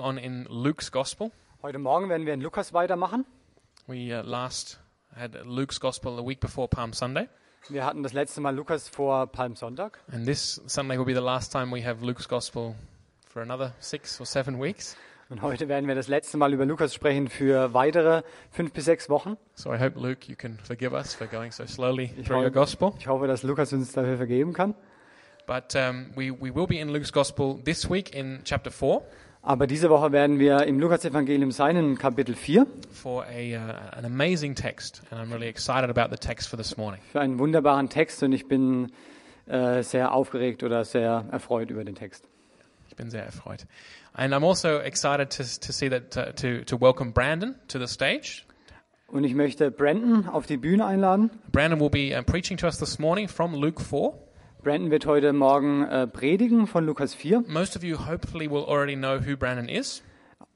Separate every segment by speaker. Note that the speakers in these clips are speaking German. Speaker 1: on in Luke's Gospel.
Speaker 2: Heute Morgen werden wir in Lukas weitermachen.
Speaker 1: We uh, last had Luke's Gospel the week before Palm Sunday,
Speaker 2: Wir hatten das letzte Mal Lukas vor Palmsonntag.
Speaker 1: and this Sunday will be the last time we have Luke's Gospel for another six or seven weeks.
Speaker 2: Und heute werden wir das letzte Mal über Lukas sprechen für weitere fünf bis sechs Wochen.
Speaker 1: So I hope, Luke, you can forgive us for going so slowly through
Speaker 2: hope-
Speaker 1: your Gospel.
Speaker 2: Ich hoffe, dass Lukas uns dafür vergeben kann.
Speaker 1: But um, we, we will be in Luke's Gospel this week in chapter 4
Speaker 2: Aber diese Woche werden wir im Lukas-Evangelium sein, in Kapitel 4,
Speaker 1: for a, uh, an amazing text, and I'm really excited about the text for this morning.
Speaker 2: für einen wunderbaren Text. Und ich bin äh, sehr aufgeregt oder sehr erfreut über den Text.
Speaker 1: Ich bin sehr erfreut. And I'm also excited to, to see that, uh, to, to welcome Brandon to the stage.
Speaker 2: Und ich möchte Brandon auf die Bühne einladen.
Speaker 1: Brandon will be uh, preaching to us this morning from Luke 4.
Speaker 2: Brandon wird heute Morgen äh, predigen von Lukas 4.
Speaker 1: Most of you hopefully will already know who Brandon is.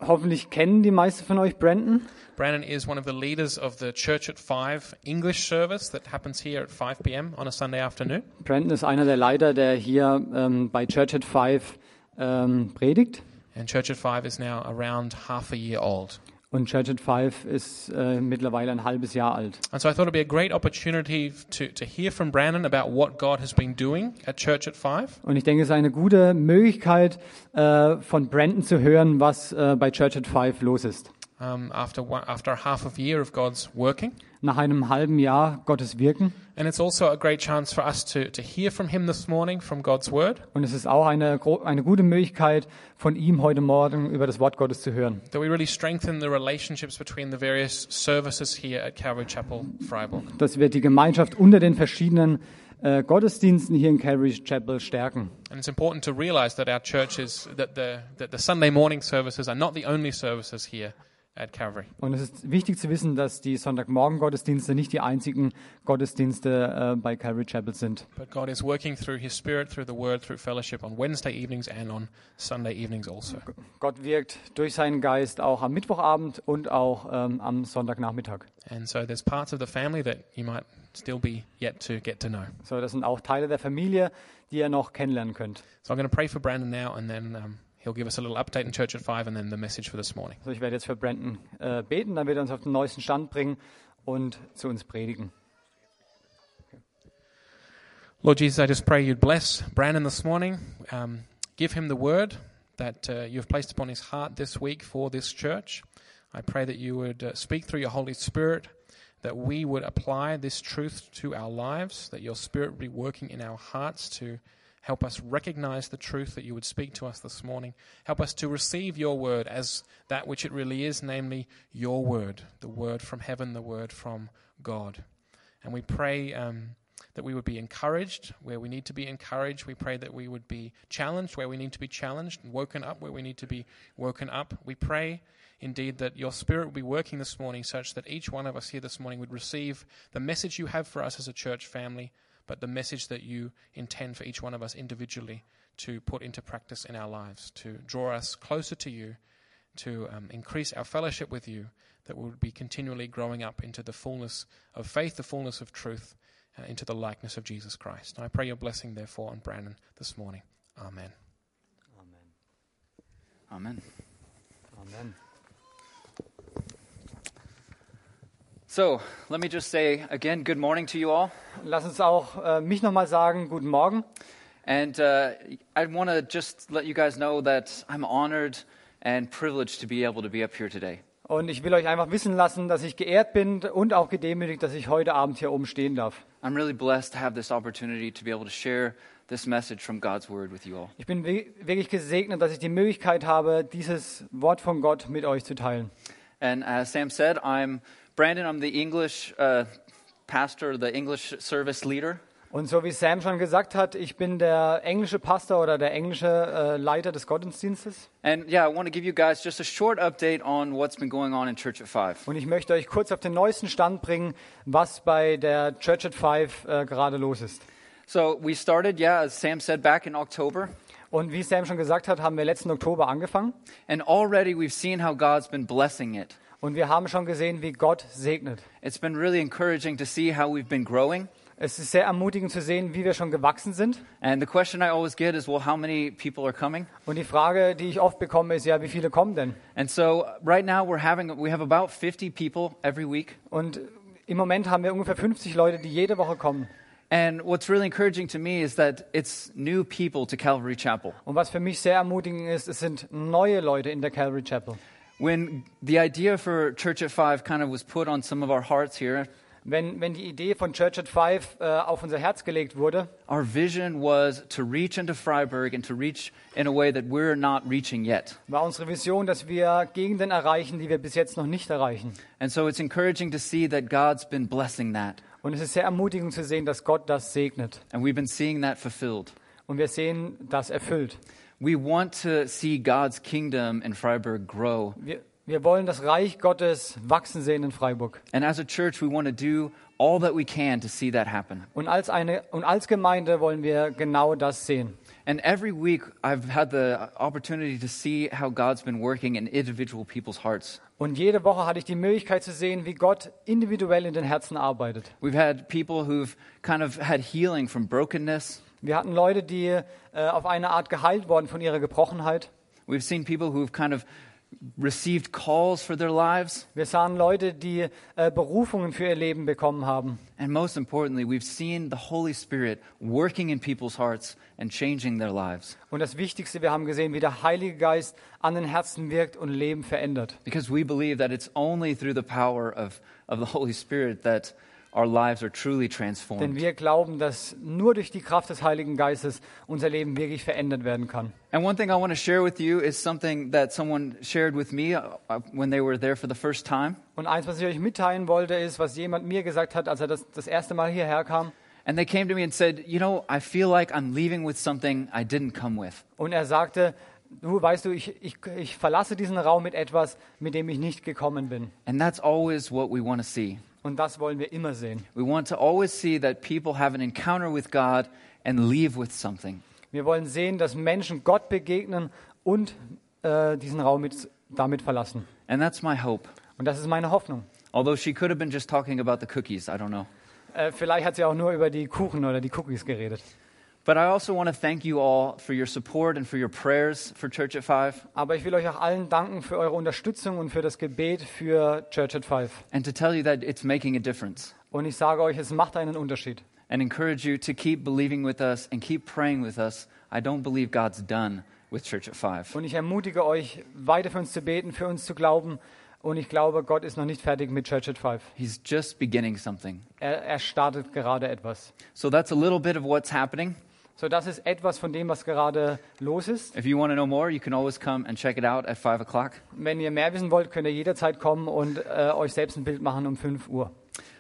Speaker 2: Hoffentlich kennen die meisten von euch Brandon.
Speaker 1: Brandon is one of the leaders of the Church at 5 English service that happens here at 5 p.m. on a Sunday afternoon.
Speaker 2: Brandon ist einer der Leiter, der hier ähm, bei Church at Five ähm, predigt.
Speaker 1: And Church at 5 is now around half a year old.
Speaker 2: Und Church at Five ist äh, mittlerweile ein halbes Jahr alt.
Speaker 1: And so I thought it'd be a great opportunity to, to hear from Brandon about what God has been doing at Church at 5
Speaker 2: Und ich denke, es ist eine gute Möglichkeit, äh, von Brandon zu hören, was äh, bei Church at Five los ist.
Speaker 1: um, after, one, after a half of year of God's working.
Speaker 2: Nach einem halben Jahr Gottes Wirken.
Speaker 1: And it's also a great chance for us to, to hear from him this morning from God's word,
Speaker 2: Und es ist auch eine, gro- eine gute Möglichkeit, von ihm heute Morgen über das Wort Gottes zu hören.
Speaker 1: that we really strengthen the relationships between the various services here at Calvary Chapel, Freiburg.
Speaker 2: Dass wir die Gemeinschaft unter den verschiedenen äh, Gottesdiensten hier in Calvary Chapel stärken.
Speaker 1: And it's important to realize that our churches, that the, that the Sunday morning services are not the only services here at Calvary.
Speaker 2: Und es ist wichtig zu wissen, dass die Sonntagmorgen-Gottesdienste nicht die einzigen Gottesdienste äh, bei Calvary Chapel sind,
Speaker 1: But God is working through His Spirit, through the Word, through fellowship on Wednesday evenings and on Sunday evenings also.
Speaker 2: Gott wirkt durch seinen Geist auch am Mittwochabend und auch ähm, am Sonntagnachmittag.
Speaker 1: And so there's parts of the family that you might still be yet to get to know.
Speaker 2: So, das sind auch Teile der Familie, die ihr noch kennenlernen könnt.
Speaker 1: So I'm going to pray for Brandon now, and then um, he'll give us a little update in church at five, and then the message for this morning.
Speaker 2: So, ich werde jetzt für Brandon äh, beten, damit er uns auf den neuesten Stand bringen und zu uns predigen.
Speaker 1: Lord Jesus, I just pray you'd bless Brandon this morning. Um, give him the word that uh, you've placed upon his heart this week for this church. I pray that you would uh, speak through your Holy Spirit, that we would apply this truth to our lives, that your Spirit would be working in our hearts to help us recognize the truth that you would speak to us this morning. Help us to receive your word as that which it really is, namely your word, the word from heaven, the word from God. And we pray. Um, that we would be encouraged where we need to be encouraged. We pray that we would be challenged where we need to be challenged and woken up where we need to be woken up. We pray indeed that your spirit will be working this morning such that each one of us here this morning would receive the message you have for us as a church family, but the message that you intend for each one of us individually to put into practice in our lives, to draw us closer to you, to um, increase our fellowship with you, that we would be continually growing up into the fullness of faith, the fullness of truth, uh, into the likeness of Jesus Christ. And I pray your blessing, therefore, on Brandon this morning. Amen.
Speaker 3: Amen.
Speaker 2: Amen.
Speaker 3: So, let me just say again, good morning to you all.
Speaker 2: Lass uns auch äh, mich nochmal sagen: Guten Morgen.
Speaker 3: And uh, I want to just let you guys know that I'm honored and privileged to be able to be up here today.
Speaker 2: Und ich will euch einfach wissen lassen, dass ich geehrt bin und auch gedemütigt, dass ich heute Abend hier oben stehen darf.
Speaker 3: I'm really blessed to have this opportunity to be able to share this message from God's Word with you all.
Speaker 2: Ich bin we- wirklich gesegnet, dass ich die Möglichkeit habe, dieses Wort von Gott mit euch zu teilen.
Speaker 3: And as Sam said, I'm Brandon, I'm the English uh, pastor, the English service leader.
Speaker 2: Und so wie Sam schon gesagt hat, ich bin der englische Pastor oder der englische äh, Leiter des Gottesdienstes.
Speaker 3: And yeah, I want to give you guys just a short update on what's been going on in Church at Five.
Speaker 2: Und ich möchte euch kurz auf den neuesten Stand bringen, was bei der Church at Five äh, gerade los ist.
Speaker 3: So, we started, yeah, as Sam said, back in October.
Speaker 2: Und wie Sam schon gesagt hat, haben wir letzten Oktober angefangen.
Speaker 3: And already we've seen how God's been blessing it.
Speaker 2: Und wir haben schon gesehen, wie Gott segnet.
Speaker 3: It's been really encouraging to see how we've been growing.
Speaker 2: Es ist sehr ermutigend zu sehen, wie wir schon gewachsen sind.
Speaker 3: And the question I always get is, well, how many people are coming?
Speaker 2: Und die Frage, die ich oft bekomme, ist ja, wie viele kommen denn?
Speaker 3: And so right now we're having we have about 50 people every week.
Speaker 2: Und im Moment haben wir ungefähr 50 Leute, die jede Woche kommen.
Speaker 3: And what's really encouraging to me is that it's new people to Calvary Chapel.
Speaker 2: Und was für mich sehr ermutigend ist, es sind neue Leute in der Calvary Chapel.
Speaker 3: When the idea for Church at 5 kind of was put on some of our hearts here,
Speaker 2: Wenn, wenn die Idee von Church at Five äh, auf unser Herz gelegt wurde,
Speaker 3: our vision was to reach into Freiburg and to reach in a way that we're not reaching yet.
Speaker 2: war unsere Vision, dass wir Gegenden erreichen, die wir bis jetzt noch nicht erreichen.
Speaker 3: And so it's encouraging to see that God's been blessing that.
Speaker 2: Und es ist sehr ermutigend zu sehen, dass Gott das segnet.
Speaker 3: And we've been seeing that fulfilled.
Speaker 2: Und wir sehen das erfüllt.
Speaker 3: We want to see God's kingdom in Freiburg grow.
Speaker 2: Wir, wir wollen das Reich Gottes wachsen sehen in Freiburg.
Speaker 3: And as a church, we want to do all that we can to see that happen.
Speaker 2: Und als, eine, und als Gemeinde wollen wir genau das sehen.
Speaker 3: And every week, I've had the opportunity to see how God's been working in individual people's hearts.
Speaker 2: Und jede Woche hatte ich die Möglichkeit zu sehen, wie Gott individuell in den Herzen arbeitet.
Speaker 3: We've had people who've kind of had healing from brokenness.
Speaker 2: Wir hatten Leute, die äh, auf eine Art geheilt wurden von ihrer Gebrochenheit.
Speaker 3: We've seen people who've kind of received calls for their lives.
Speaker 2: Wir sahen Leute, die äh, Berufungen für ihr Leben bekommen haben.
Speaker 3: And most importantly, we've seen the Holy Spirit working in people's hearts and changing their lives.
Speaker 2: Und das Wichtigste, wir haben gesehen, wie der Heilige Geist an den Herzen wirkt und Leben verändert.
Speaker 3: Because we believe that it's only through the power of, of the Holy Spirit that our lives are truly
Speaker 2: Denn
Speaker 3: transformed.
Speaker 2: wir glauben, dass nur durch die Kraft des Heiligen Geistes unser Leben wirklich verändert werden kann.
Speaker 3: And one thing I want to share with you is something that someone shared with me uh, uh, when they were there for the first time.
Speaker 2: Und eins, was ich euch mitteilen wollte, ist, was jemand mir gesagt hat, als er das, das erste Mal hierher kam.
Speaker 3: And they came to me and said, You know, I feel like I'm leaving with something I didn't come with.
Speaker 2: Und er sagte, du weißt du, ich, ich, ich verlasse diesen Raum mit etwas, mit dem ich nicht gekommen bin.
Speaker 3: And that's always what we want to see.
Speaker 2: Und das wollen wir immer sehen.
Speaker 3: We want to always see that people have an encounter with God and leave with something.
Speaker 2: Wir wollen sehen, dass Menschen Gott begegnen und äh, diesen Raum mit, damit verlassen.
Speaker 3: And that's my hope.
Speaker 2: Und das ist meine Hoffnung.
Speaker 3: Although she could have been just talking about the cookies, I don't know.
Speaker 2: Äh, vielleicht hat sie auch nur über die Kuchen oder die Cookies geredet.
Speaker 3: But I also want to thank you all for your support and for your prayers for Church at 5
Speaker 2: Aber ich will euch auch allen danken für eure Unterstützung und für das Gebet für Church at Five.
Speaker 3: and to tell you that it's making a difference
Speaker 2: Und ich sage euch, es macht einen Unterschied.
Speaker 3: and encourage you to keep believing with us and keep praying with us. I don't believe God's done with Church at 5.
Speaker 2: Und ich ermutige euch, weiter für uns zu beten, für uns zu glauben. Und ich glaube, Gott ist noch nicht fertig mit Church at Five.
Speaker 3: He's just beginning something.
Speaker 2: Er, er startet gerade etwas.
Speaker 3: So that's a little bit of what's happening.
Speaker 2: So, das ist etwas von dem, was gerade los ist.
Speaker 3: If you want to know more, you can always come and check it out at 5 o'clock.
Speaker 2: Wenn ihr mehr wissen wollt, könnt ihr jederzeit kommen und äh, euch selbst ein Bild machen um 5 Uhr.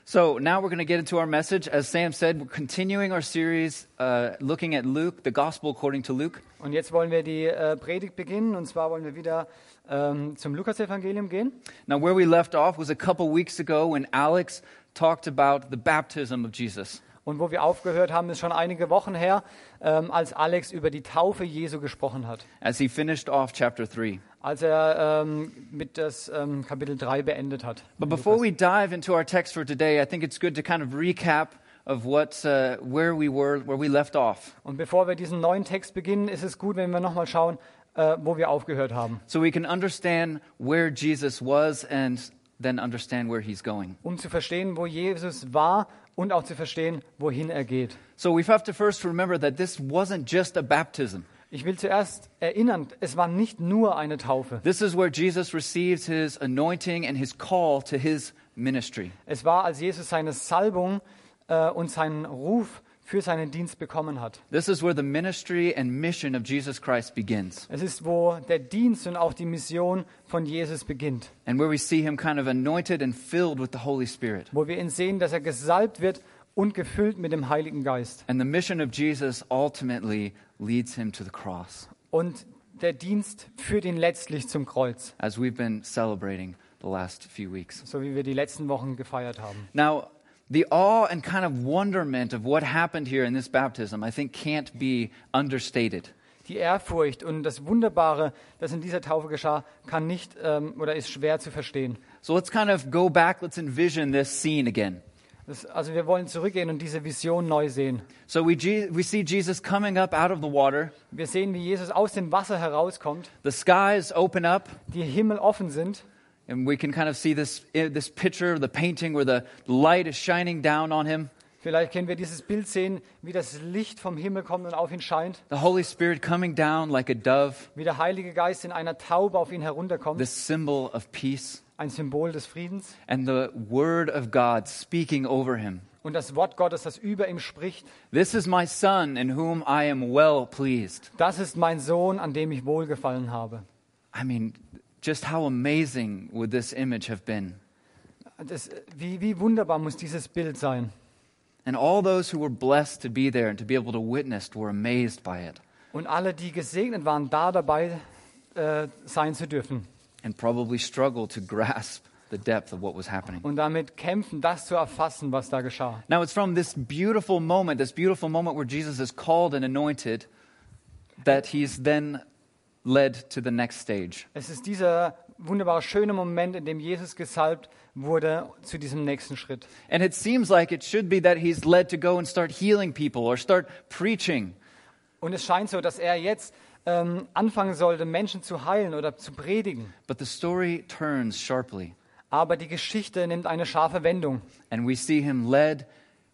Speaker 3: So now we're going to get into our message. As Sam said, we're continuing our series uh, looking at Luke, the gospel according to Luke.
Speaker 2: Und jetzt wollen wir die äh, Predigt beginnen. Und zwar wollen wir wieder ähm, zum Lukasevangelium gehen.
Speaker 3: Now, where we left off was a couple weeks ago when Alex talked about the baptism of Jesus.
Speaker 2: Und wo wir aufgehört haben, ist schon einige Wochen her, ähm, als Alex über die Taufe Jesu gesprochen hat.
Speaker 3: As he finished off chapter 3.
Speaker 2: Als er ähm, mit das ähm, Kapitel 3 beendet hat.
Speaker 3: But before we dive into our text for today, I think it's good to kind of recap of what, uh, where we were, where we left off,
Speaker 2: Und bevor wir diesen neuen Text beginnen, ist es gut, wenn wir nochmal schauen, äh, wo wir aufgehört haben.
Speaker 3: so we can understand where Jesus was and then understand where he's going.
Speaker 2: um zu verstehen, wo Jesus war und auch zu verstehen, wohin er geht.
Speaker 3: So we have to first remember that this wasn't just a baptism.
Speaker 2: Ich will zuerst erinnern, es war nicht nur eine Taufe.
Speaker 3: This is where Jesus receives his anointing and his call to his ministry.
Speaker 2: Es war, als Jesus seine Salbung äh, und seinen Ruf für seinen Dienst bekommen hat.
Speaker 3: This is where the ministry and mission of Jesus Christ begins,
Speaker 2: Es ist, wo der Dienst und auch die Mission von Jesus beginnt,
Speaker 3: and where we see him kind of anointed and filled with the Holy Spirit.
Speaker 2: wo wir ihn sehen, dass er gesalbt wird und gefüllt mit dem Heiligen Geist.
Speaker 3: And the mission of Jesus ultimately leads him to the cross,
Speaker 2: Und der Dienst führt ihn letztlich zum Kreuz,
Speaker 3: as we've been celebrating the last few weeks.
Speaker 2: so wie wir die letzten Wochen gefeiert haben.
Speaker 3: Now, the awe and kind of wonderment of what happened here in this baptism, I think, can't be understated.
Speaker 2: Die Ehrfurcht und das Wunderbare, das in dieser Taufe geschah, kann nicht ähm, oder ist schwer zu verstehen.
Speaker 3: So let's kind of go back, let's envision this scene again.
Speaker 2: Das, also wir wollen zurückgehen und diese Vision neu sehen.
Speaker 3: So we, Je- we see Jesus coming up out of the water.
Speaker 2: Wir sehen, wie Jesus aus dem Wasser herauskommt,
Speaker 3: The skies open up,
Speaker 2: die Himmel offen sind
Speaker 3: and we can kind of see this, eh, this picture, the painting where the light is shining down on him.
Speaker 2: Vielleicht können wir dieses Bild sehen, wie das Licht vom Himmel kommt und auf ihn scheint,
Speaker 3: The Holy Spirit coming down like a dove,
Speaker 2: wie der Heilige Geist in einer Taube auf ihn herunterkommt,
Speaker 3: this symbol of peace,
Speaker 2: ein Symbol des Friedens,
Speaker 3: and the Word of God speaking over him.
Speaker 2: und das Wort Gottes, das über ihm spricht.
Speaker 3: This is my Son in whom I am well pleased.
Speaker 2: Das ist mein Sohn, an dem ich wohlgefallen habe.
Speaker 3: I mean, just how amazing would this image have been?
Speaker 2: Das, wie, wie wunderbar muss dieses Bild sein.
Speaker 3: And all those who were blessed to be there and to be able to witness were amazed by it.
Speaker 2: Und alle, die gesegnet waren, da dabei äh, sein zu dürfen
Speaker 3: and probably struggle to grasp the depth of what was happening.
Speaker 2: und damit kämpfen, das zu erfassen, was da geschah.
Speaker 3: Now, it's from this beautiful moment, this beautiful moment where Jesus is called and anointed, that he's then led to the next stage.
Speaker 2: Es ist dieser wunderbare, schöne Moment, in dem Jesus gesalbt wurde zu diesem nächsten Schritt.
Speaker 3: And it seems like it should be that he's led to go and start healing people or start preaching.
Speaker 2: Und es scheint so, dass er jetzt ähm, anfangen sollte, Menschen zu heilen oder zu predigen.
Speaker 3: But the story turns sharply,
Speaker 2: Aber die Geschichte nimmt eine scharfe Wendung.
Speaker 3: and we see him led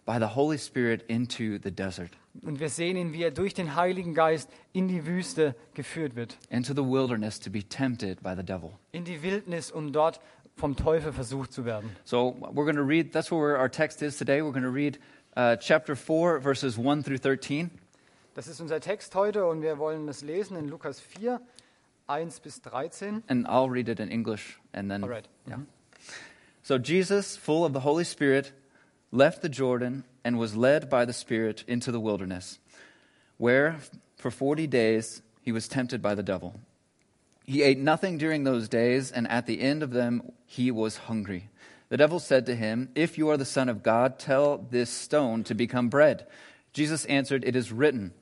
Speaker 3: by the Holy Spirit into the desert,
Speaker 2: Und wir sehen ihn, wie er durch den Heiligen Geist in die Wüste geführt wird,
Speaker 3: into the wilderness to be tempted by the devil.
Speaker 2: in die Wildnis, um dort vom Teufel versucht zu werden.
Speaker 3: So we're going to read, that's where our text is today. We're going to read uh, chapter 4, verses 1 through 13.
Speaker 2: Das ist unser Text heute und wir wollen das lesen in Lukas 4, 1 bis 13.
Speaker 3: And I'll read it in English and then.
Speaker 2: Mm-hmm. All right. Mm-hmm.
Speaker 3: Yeah. So Jesus, full of the Holy Spirit, left the Jordan and was led by the Spirit into the wilderness, where for 40 days he was tempted by the devil. He ate nothing during those days, and at the end of them he was hungry. The devil said to him, If you are the Son of God, tell this stone to become bread. Jesus answered, It is written,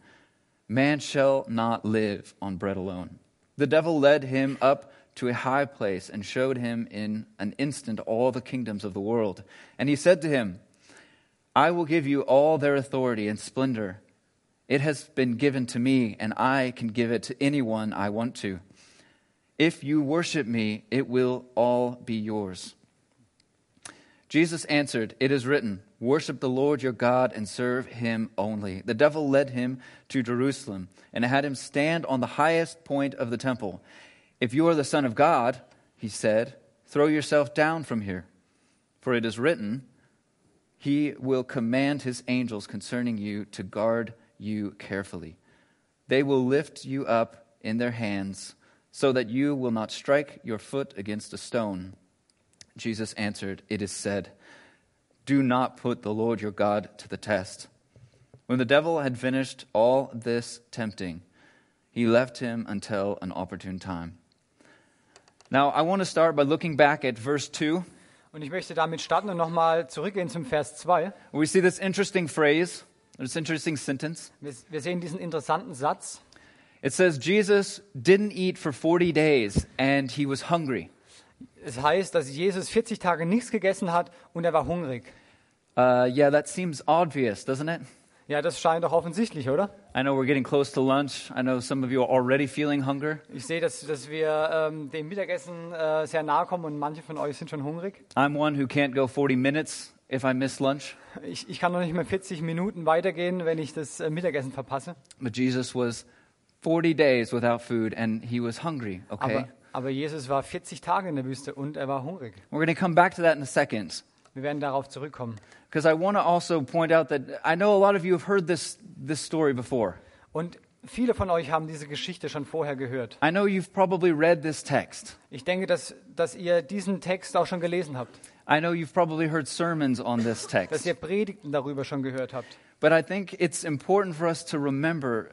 Speaker 3: Man shall not live on bread alone. The devil led him up to a high place and showed him in an instant all the kingdoms of the world. And he said to him, I will give you all their authority and splendor. It has been given to me, and I can give it to anyone I want to. If you worship me, it will all be yours. Jesus answered, It is written, Worship the Lord your God and serve him only. The devil led him to Jerusalem and had him stand on the highest point of the temple. If you are the Son of God, he said, throw yourself down from here. For it is written, He will command His angels concerning you to guard you carefully. They will lift you up in their hands so that you will not strike your foot against a stone. Jesus answered, It is said, Do not put the Lord your God to the test. When the devil had finished all this tempting, he left him until an opportune time. Now, I want to start by looking back at verse 2.
Speaker 2: Und ich möchte damit starten und nochmal zurückgehen zum Vers 2.
Speaker 3: We see this interesting phrase, this interesting sentence.
Speaker 2: Wir, wir sehen diesen interessanten Satz.
Speaker 3: It says, Jesus didn't eat for 40 days and he was hungry.
Speaker 2: Es heißt, dass Jesus 40 Tage nichts gegessen hat und er war hungrig.
Speaker 3: Uh, yeah, that seems obvious, doesn't it?
Speaker 2: Ja, das scheint doch offensichtlich, oder?
Speaker 3: I know we're getting close to lunch. I know some of you are already feeling hunger.
Speaker 2: Ich sehe, dass, dass wir ähm, dem Mittagessen äh, sehr nahe kommen und manche von euch sind schon hungrig.
Speaker 3: I'm one who can't go 40 minutes if I miss lunch.
Speaker 2: Ich, ich kann noch nicht mal 40 Minuten weitergehen, wenn ich das äh, Mittagessen verpasse.
Speaker 3: But Jesus was 40 days without food and he was hungry, okay?
Speaker 2: Aber, aber Jesus war 40 Tage in der Wüste und er war hungrig.
Speaker 3: We're going to come back to that in a second.
Speaker 2: Wir werden darauf zurückkommen.
Speaker 3: Because I want to also point out that I know a lot of you have heard this, this story before.
Speaker 2: Und viele von euch haben diese Geschichte schon vorher gehört.
Speaker 3: I know you've probably read this text.
Speaker 2: Ich denke, dass, dass ihr diesen Text auch schon gelesen habt,
Speaker 3: I know you've probably heard sermons on this
Speaker 2: dass
Speaker 3: text,
Speaker 2: ihr Predigten darüber schon gehört habt.
Speaker 3: but I think it's important for us to remember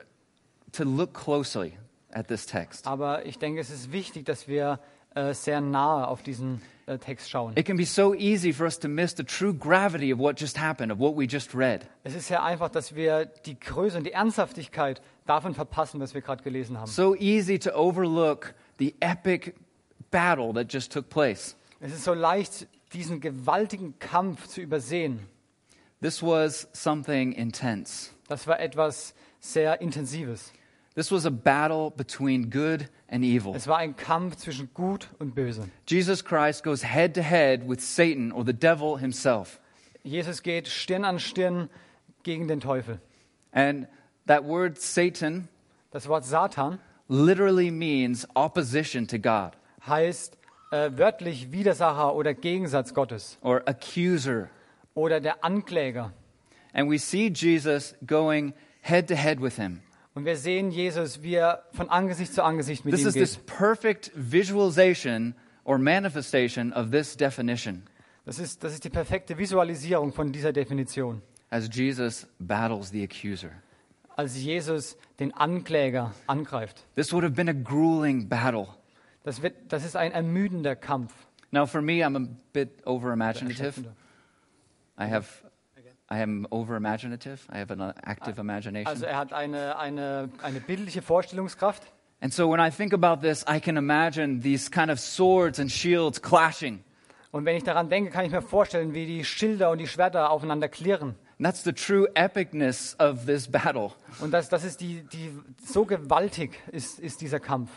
Speaker 3: to look closely at this text.
Speaker 2: Aber ich denke, es ist wichtig, dass wir äh, sehr nahe auf diesen äh, Text schauen.
Speaker 3: It can be so easy for us to miss the true gravity of what just happened, of what we just read.
Speaker 2: Es ist sehr einfach, dass wir die Größe und die Ernsthaftigkeit davon verpassen, was wir gerade gelesen haben.
Speaker 3: So easy to overlook the epic battle that just took place.
Speaker 2: Es ist so leicht, diesen gewaltigen Kampf zu übersehen.
Speaker 3: This was something intense.
Speaker 2: Das war etwas sehr Intensives.
Speaker 3: This was a battle between good and evil.
Speaker 2: Es war ein Kampf zwischen Gut und Böse.
Speaker 3: Jesus Christ goes head to head with Satan or the devil himself.
Speaker 2: Jesus geht Stirn an Stirn gegen den Teufel.
Speaker 3: And that word Satan
Speaker 2: Das Wort Satan
Speaker 3: literally means opposition to God
Speaker 2: heißt äh, wörtlich Widersacher oder Gegensatz Gottes
Speaker 3: or accuser.
Speaker 2: oder der Ankläger.
Speaker 3: And we see Jesus going head to head with him.
Speaker 2: Und wir sehen Jesus, wie er von Angesicht zu Angesicht mit
Speaker 3: This
Speaker 2: ihm
Speaker 3: is this
Speaker 2: geht.
Speaker 3: perfect visualization or manifestation of this definition
Speaker 2: Das ist, das ist die perfekte Visualisierung von dieser Definition,
Speaker 3: as Jesus battles the accuser.
Speaker 2: als Jesus den Ankläger angreift.
Speaker 3: This would have been a grueling battle.
Speaker 2: Das, wird, das ist ein ermüdender Kampf.
Speaker 3: Now, for me, I'm a bit over imaginative. I have, I am over imaginative. I have an uh, active
Speaker 2: Also
Speaker 3: imagination.
Speaker 2: er hat eine, eine, eine bildliche Vorstellungskraft.
Speaker 3: And so when I think about this, I can imagine these kind of swords and shields clashing.
Speaker 2: Und wenn ich daran denke, kann ich mir vorstellen, wie die Schilder und die Schwerter aufeinander klirren.
Speaker 3: And that's the true epicness of this battle.
Speaker 2: Und das, das ist die, die, so gewaltig ist, ist dieser Kampf.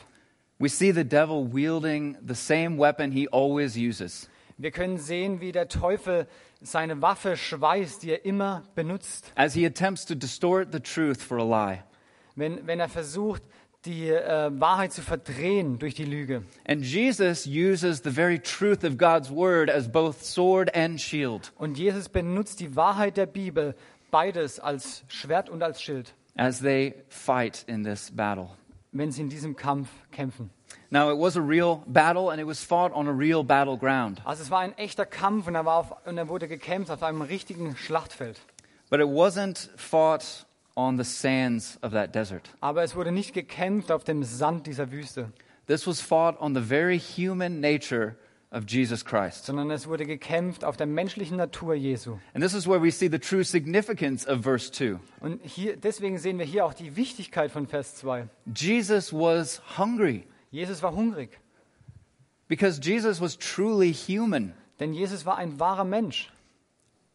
Speaker 3: We see the devil wielding the same weapon he always uses.
Speaker 2: Wir können sehen, wie der Teufel seine Waffe schweißt, die er immer benutzt,
Speaker 3: As he attempts to distort the truth for a lie.
Speaker 2: wenn, wenn er versucht, die äh, Wahrheit zu verdrehen durch die Lüge.
Speaker 3: And Jesus uses the very truth of God's word as both sword and shield.
Speaker 2: Und Jesus benutzt die Wahrheit der Bibel, beides als Schwert und als Schild,
Speaker 3: as they fight in this battle.
Speaker 2: wenn sie in diesem Kampf kämpfen.
Speaker 3: Now, it was a real battle, and it was fought on a real battleground.
Speaker 2: Also es war ein echter Kampf und er, war auf, und er wurde gekämpft auf einem richtigen Schlachtfeld.
Speaker 3: But it wasn't fought on the sands of that desert.
Speaker 2: Aber es wurde nicht gekämpft auf dem Sand dieser Wüste,
Speaker 3: This was fought on the very human nature of Jesus Christ.
Speaker 2: sondern es wurde gekämpft auf der menschlichen Natur Jesu.
Speaker 3: And this is where we see the true significance of verse 2.
Speaker 2: Und hier, deswegen sehen wir hier auch die Wichtigkeit von Vers 2.
Speaker 3: Jesus was hungry
Speaker 2: Jesus war hungrig,
Speaker 3: because Jesus was truly human
Speaker 2: denn Jesus war ein wahrer Mensch,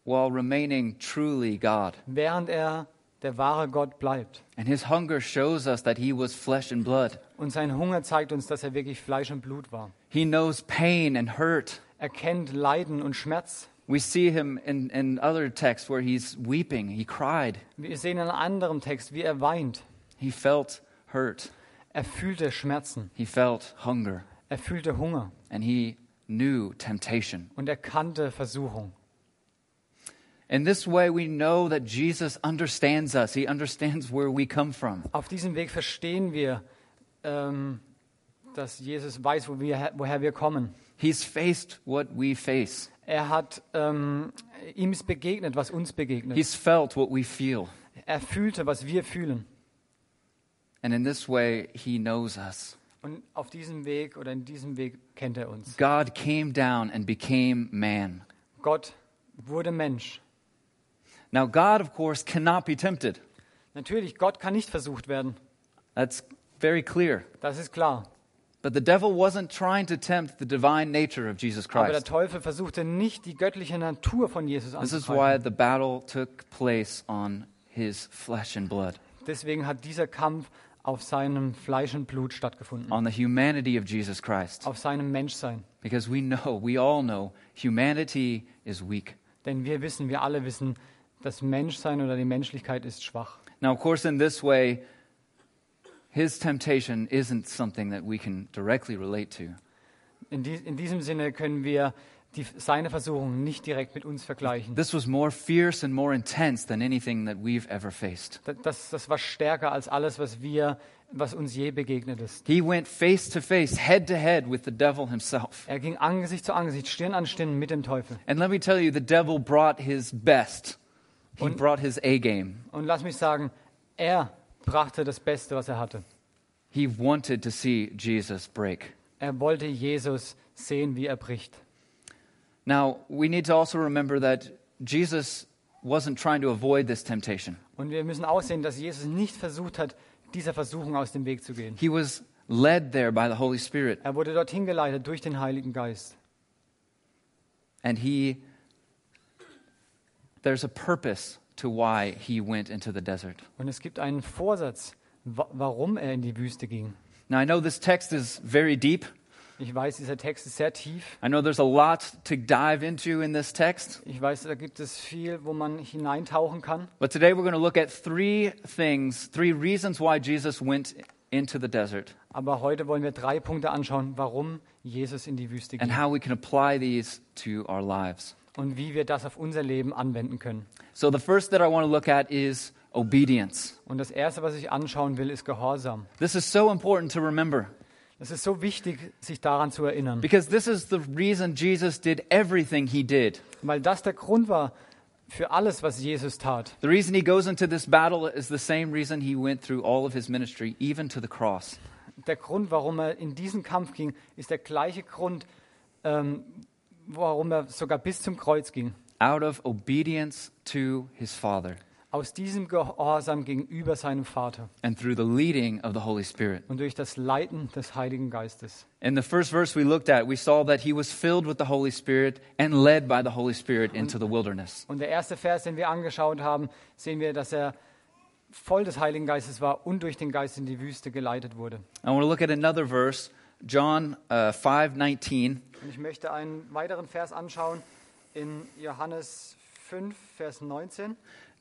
Speaker 3: while remaining truly God.
Speaker 2: während er der wahre Gott bleibt.
Speaker 3: And his hunger shows us that he was flesh and blood.
Speaker 2: Und sein Hunger zeigt uns, dass er wirklich Fleisch und Blut war.
Speaker 3: He knows pain and hurt.
Speaker 2: Er kennt Leiden und Schmerz.
Speaker 3: We see him in, in other texts where he's weeping. He cried.
Speaker 2: Wir sehen in einem anderen Text, wie er weint.
Speaker 3: He felt hurt.
Speaker 2: Er fühlte Schmerzen,
Speaker 3: He felt hunger.
Speaker 2: er fühlte Hunger
Speaker 3: And he knew temptation.
Speaker 2: und er kannte Versuchung.
Speaker 3: In this way, we know that Jesus understands us. He understands where we come from.
Speaker 2: Auf diesem Weg verstehen wir, ähm, dass Jesus weiß, wo wir, woher wir kommen.
Speaker 3: He's faced what we face,
Speaker 2: Er hat ähm, ihm ist begegnet, was uns begegnet.
Speaker 3: he's felt what we feel.
Speaker 2: Er fühlte, was wir fühlen.
Speaker 3: And in this way, he knows us.
Speaker 2: Und auf diesem Weg oder in diesem Weg kennt er uns.
Speaker 3: God came down and became man.
Speaker 2: Gott wurde Mensch.
Speaker 3: Now, God, of course, cannot be tempted.
Speaker 2: Natürlich, Gott kann nicht versucht werden.
Speaker 3: That's very clear.
Speaker 2: Das ist klar.
Speaker 3: But the devil wasn't trying to tempt the divine nature of Jesus
Speaker 2: Aber der
Speaker 3: Christ.
Speaker 2: Teufel versuchte nicht, die göttliche Natur von Jesus
Speaker 3: This is why
Speaker 2: anzugreifen.
Speaker 3: the battle took place on his flesh and blood,
Speaker 2: Deswegen hat dieser Kampf auf seinem Fleisch und Blut stattgefunden.
Speaker 3: on the humanity of Jesus Christ.
Speaker 2: Auf seinem Menschsein.
Speaker 3: Because we know, we all know, humanity is weak.
Speaker 2: Denn wir wissen, wir alle wissen, das Menschsein oder die Menschlichkeit ist schwach.
Speaker 3: Now, of course, in this way, his temptation isn't something that we can directly relate to.
Speaker 2: In, dies- in diesem Sinne können wir die, seine Versuchung nicht direkt mit uns vergleichen.
Speaker 3: This was more fierce and more intense than anything that we've ever faced.
Speaker 2: Da- Das, das war stärker als alles, was wir, was uns je begegnet ist.
Speaker 3: He went face to face, head to head with the devil himself.
Speaker 2: Er ging Angesicht zu Angesicht, Stirn an Stirn mit dem Teufel.
Speaker 3: And let me tell you, the devil brought his best. He
Speaker 2: Und-
Speaker 3: brought his A game.
Speaker 2: Und lass mich sagen, er brachte das Beste, was er hatte.
Speaker 3: He wanted to see Jesus break.
Speaker 2: Er wollte Jesus sehen, wie er bricht.
Speaker 3: Now, we need to also remember that Jesus wasn't trying to avoid this temptation.
Speaker 2: Und wir müssen aussehen, dass Jesus nicht versucht hat, dieser Versuchung aus dem Weg zu gehen.
Speaker 3: He was led there by the Holy Spirit,
Speaker 2: Er wurde dorthin geleitet durch den Heiligen Geist.
Speaker 3: and he There's a purpose to why he went into the desert.
Speaker 2: Und es gibt einen Vorsatz, wa warum er in die Wüste ging.
Speaker 3: Now, I know this text is very deep.
Speaker 2: Ich weiß, dieser Text ist sehr tief.
Speaker 3: I know there's a lot to dive into in this text.
Speaker 2: Ich weiß, da gibt es viel, wo man hineintauchen kann.
Speaker 3: But today we're going to look at three things, three reasons why Jesus went into the desert
Speaker 2: Aber heute wollen wir drei Punkte anschauen, warum Jesus in die Wüste
Speaker 3: and
Speaker 2: ging
Speaker 3: how we can apply these to our lives.
Speaker 2: und wie wir das auf unser Leben anwenden können.
Speaker 3: So, the first that I want to look at is obedience.
Speaker 2: Und das Erste, was ich anschauen will, ist Gehorsam.
Speaker 3: This is so important to remember
Speaker 2: Es ist so wichtig, sich daran zu erinnern,
Speaker 3: because this is the reason Jesus did everything he did.
Speaker 2: weil das der Grund war für alles, was Jesus tat.
Speaker 3: The reason he goes into this battle is the same reason he went through all of his ministry, even to the cross.
Speaker 2: Der Grund, warum er in diesen Kampf ging, ist der gleiche Grund, ähm, warum er sogar bis zum Kreuz ging.
Speaker 3: out of obedience to his Father
Speaker 2: Aus diesem Gehorsam gegenüber seinem Vater
Speaker 3: and through the leading of the Holy Spirit.
Speaker 2: und durch das Leiten des Heiligen Geistes.
Speaker 3: In the first verse we looked at, we saw that he was filled with the Holy Spirit and led by the Holy Spirit into the wilderness.
Speaker 2: Und der erste Vers, den wir angeschaut haben, sehen wir, dass er voll des Heiligen Geistes war und durch den Geist in die Wüste geleitet wurde.
Speaker 3: I want to look at another verse, John uh, 5
Speaker 2: Und ich möchte einen weiteren Vers anschauen in Johannes 5, Vers 19.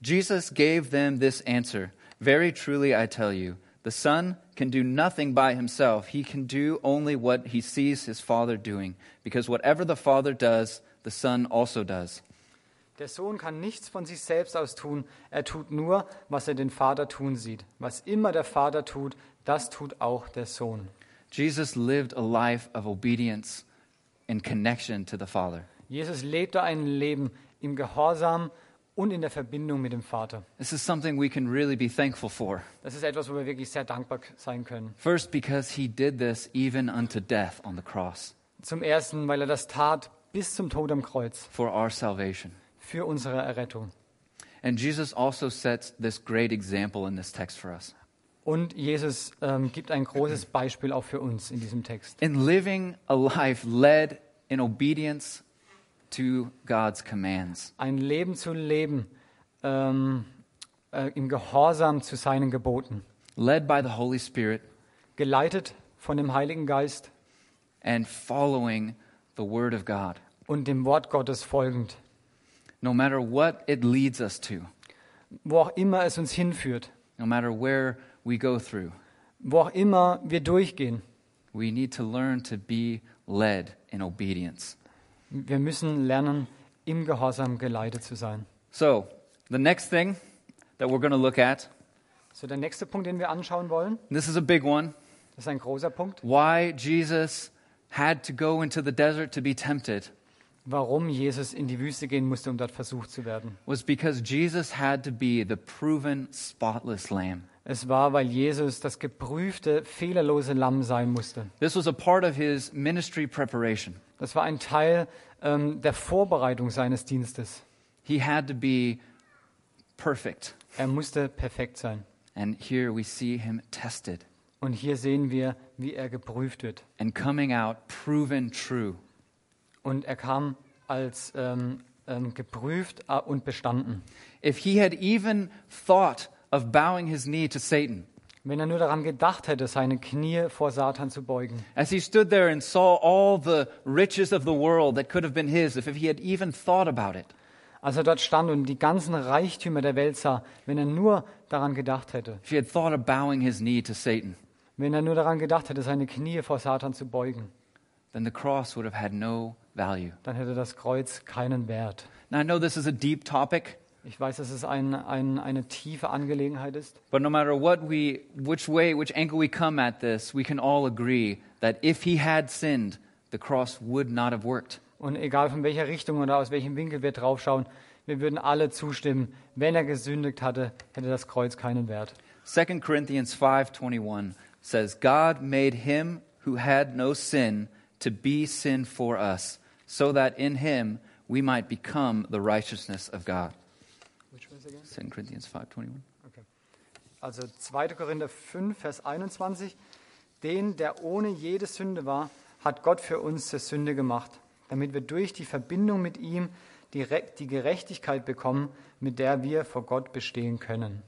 Speaker 3: Jesus gave them this answer Very truly I tell you, the Son can do nothing by himself. He can do only what he sees his Father doing, because whatever the Father does, the Son also does.
Speaker 2: Der Sohn kann nichts von sich selbst aus tun. Er tut nur, was er den Vater tun sieht. Was immer der Vater tut, das tut auch der Sohn.
Speaker 3: Jesus lived a life of obedience and connection to the Father.
Speaker 2: Jesus lebte ein Leben im Gehorsam und in der Verbindung mit dem Vater.
Speaker 3: This is something we can really be thankful for.
Speaker 2: Das ist etwas, wo wir wirklich sehr dankbar sein können.
Speaker 3: First, because he did this even unto death on the cross
Speaker 2: Zum Ersten, weil er das tat bis zum Tod am Kreuz
Speaker 3: for our salvation.
Speaker 2: für unsere Errettung.
Speaker 3: And Jesus also sets this great example in this text for us.
Speaker 2: Und Jesus ähm, gibt ein großes Beispiel auch für uns in diesem Text.
Speaker 3: In living a life led in obedience to God's commands,
Speaker 2: Ein Leben zu leben ähm, äh, im Gehorsam zu seinen Geboten.
Speaker 3: led by the Holy Spirit,
Speaker 2: geleitet von dem Heiligen Geist
Speaker 3: and following the Word of God,
Speaker 2: und dem Wort Gottes folgend,
Speaker 3: no matter what it leads us to,
Speaker 2: wo auch immer es uns hinführt,
Speaker 3: no matter where we go through.
Speaker 2: wo auch immer wir durchgehen.
Speaker 3: We need to learn to be led in obedience.
Speaker 2: Wir müssen lernen, im Gehorsam geleitet zu sein.
Speaker 3: So, the next thing that we're going to look at,
Speaker 2: So, der nächste Punkt, den wir anschauen wollen,
Speaker 3: and this is a big one
Speaker 2: das ist ein großer Punkt,
Speaker 3: why Jesus had to go into the desert to be tempted
Speaker 2: warum Jesus in die Wüste gehen musste, um dort versucht zu werden.
Speaker 3: was because Jesus had to be the proven spotless lamb.
Speaker 2: Es war, weil Jesus das geprüfte, fehlerlose Lamm sein musste.
Speaker 3: This was a part of his ministry preparation.
Speaker 2: Das war ein Teil ähm, der Vorbereitung seines Dienstes.
Speaker 3: He had to be perfect.
Speaker 2: Er musste perfekt sein.
Speaker 3: And here we see him tested
Speaker 2: Und hier sehen wir, wie er geprüft wird.
Speaker 3: and coming out proven true.
Speaker 2: Und er kam als ähm, ähm, geprüft äh, und bestanden.
Speaker 3: If he had even thought of bowing his knee to Satan,
Speaker 2: Wenn er nur daran gedacht hätte, seine Knie vor Satan zu beugen,
Speaker 3: As he stood there and saw all the riches of the world that could have been his, if he had even thought about it,
Speaker 2: als er dort stand und die ganzen Reichtümer der Welt sah, wenn er nur daran gedacht hätte,
Speaker 3: if he had thought of bowing his knee to Satan,
Speaker 2: wenn er nur daran gedacht hätte, seine Knie vor Satan zu beugen,
Speaker 3: then the cross would have had no value.
Speaker 2: dann hätte das Kreuz keinen Wert.
Speaker 3: Now, I know this is a deep topic,
Speaker 2: Ich weiß, dass es ein, ein, eine tiefe Angelegenheit ist,
Speaker 3: but no matter what we, which way, which angle we come at this, we can all agree that if he had sinned, the cross would not have worked.
Speaker 2: Und egal von welcher Richtung oder aus welchem Winkel wir draufschauen, wir würden alle zustimmen, wenn er gesündigt hatte, hätte das Kreuz keinen Wert.
Speaker 3: 2 Corinthians 5:21 says God made him who had no sin to be sin for us so that in him we might become the righteousness of God. 2 Corinthians 5:21.
Speaker 2: Also 2. Korinther 5, Vers 21. Den, der ohne jede Sünde war, hat Gott für uns zur Sünde gemacht, damit wir durch die Verbindung mit ihm die, Re die Gerechtigkeit bekommen, mit der wir vor Gott bestehen können.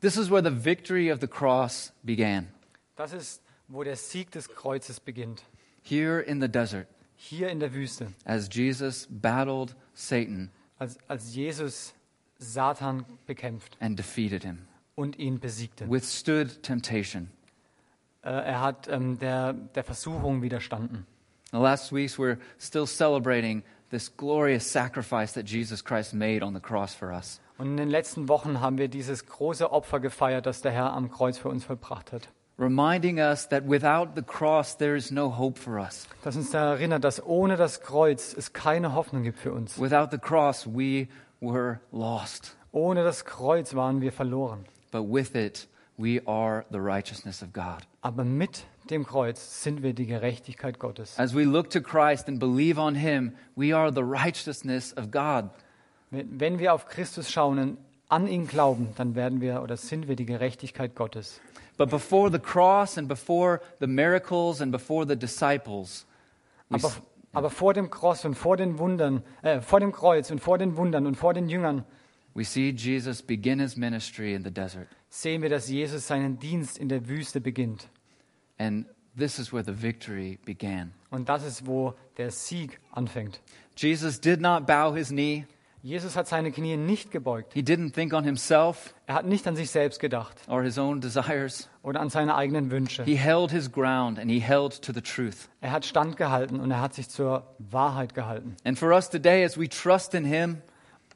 Speaker 3: This is where the victory of the cross began,
Speaker 2: Das ist, wo der Sieg des Kreuzes beginnt.
Speaker 3: here in the desert,
Speaker 2: Hier in der Wüste,
Speaker 3: as Jesus battled Satan
Speaker 2: als, als Jesus Satan bekämpft
Speaker 3: and defeated him,
Speaker 2: und ihn besiegte.
Speaker 3: withstood temptation.
Speaker 2: Äh, er hat ähm, der, der Versuchung widerstanden.
Speaker 3: The last weeks, we're still celebrating this glorious sacrifice that Jesus Christ made on the cross for us.
Speaker 2: Und in den letzten Wochen haben wir dieses große Opfer gefeiert, das der Herr am Kreuz für uns vollbracht hat.
Speaker 3: reminding us that without the cross there is no hope for us.
Speaker 2: Das uns daran erinnert, dass ohne das Kreuz es keine Hoffnung gibt für uns.
Speaker 3: Without the cross we were lost,
Speaker 2: Ohne das Kreuz waren wir verloren.
Speaker 3: but with it we are the righteousness of God.
Speaker 2: Aber mit dem Kreuz sind wir die Gerechtigkeit Gottes.
Speaker 3: As we look to Christ and believe on him, we are the righteousness of God.
Speaker 2: Wenn wenn wir auf Christus schauen und an ihn glauben, dann werden wir oder sind wir die Gerechtigkeit Gottes.
Speaker 3: But before the cross and before the miracles and before the disciples, we
Speaker 2: Aber,
Speaker 3: s-
Speaker 2: aber vor dem Kreuz und vor den Wundern, äh, vor dem Kreuz und vor den Wundern und vor den Jüngern
Speaker 3: we see Jesus begin his ministry in the desert.
Speaker 2: sehen wir, dass Jesus seinen Dienst in der Wüste beginnt.
Speaker 3: And this is where the victory began.
Speaker 2: Und das ist, wo der Sieg anfängt.
Speaker 3: Jesus did not bow his knee.
Speaker 2: Jesus hat seine Knie nicht gebeugt.
Speaker 3: He didn't think on himself.
Speaker 2: Er hat nicht an sich selbst gedacht
Speaker 3: or his own desires.
Speaker 2: oder an seine eigenen Wünsche.
Speaker 3: He held his ground and he held to the truth.
Speaker 2: Er hat standgehalten und er hat sich zur Wahrheit gehalten.
Speaker 3: And for us today, as we trust in him,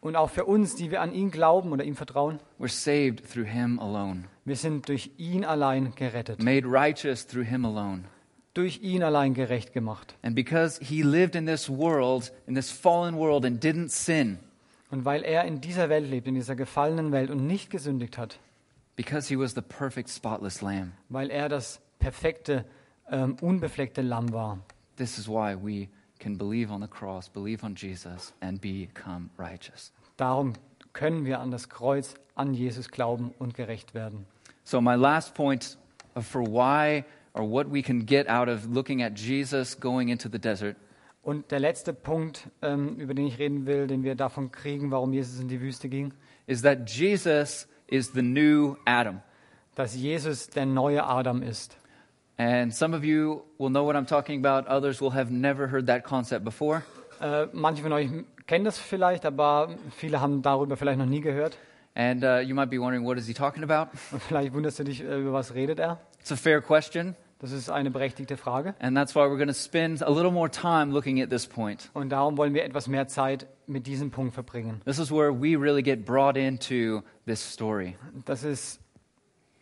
Speaker 2: Und auch für uns, die wir an ihn glauben oder ihm vertrauen,
Speaker 3: we're saved through him alone,
Speaker 2: wir sind durch ihn allein gerettet,
Speaker 3: made righteous through him alone.
Speaker 2: durch ihn allein gerecht gemacht.
Speaker 3: And because he lived in this world, in this fallen world, and didn't sin,
Speaker 2: Und weil er in dieser Welt lebt, in dieser gefallenen Welt und nicht gesündigt hat,
Speaker 3: because he was the perfect, spotless lamb,
Speaker 2: weil er das perfekte, ähm, unbefleckte Lamm war.
Speaker 3: this is why we can believe on the cross, believe on Jesus, and become righteous.
Speaker 2: Darum können wir an das Kreuz, an Jesus glauben und gerecht werden.
Speaker 3: So, my last point of for why or what we can get out of looking at Jesus going into the desert
Speaker 2: Und der letzte Punkt, ähm, über den ich reden will, den wir davon kriegen, warum Jesus in die Wüste ging,
Speaker 3: is that Jesus is the new Adam.
Speaker 2: dass Jesus der neue Adam ist.
Speaker 3: And some of you will know what I'm talking about, others will have never heard that concept before.
Speaker 2: Äh, manche von euch kennen das vielleicht, aber viele haben darüber vielleicht noch nie gehört.
Speaker 3: And uh, you might be wondering, what is he talking about?
Speaker 2: Und vielleicht wunderst du dich, äh, über was redet er?
Speaker 3: It's a fair question,
Speaker 2: Das ist eine berechtigte Frage.
Speaker 3: and that's why we're going to spend a little more time looking at this point.
Speaker 2: Und darum wollen wir etwas mehr Zeit mit diesem Punkt verbringen.
Speaker 3: This is where we really get brought into this story,
Speaker 2: Das ist,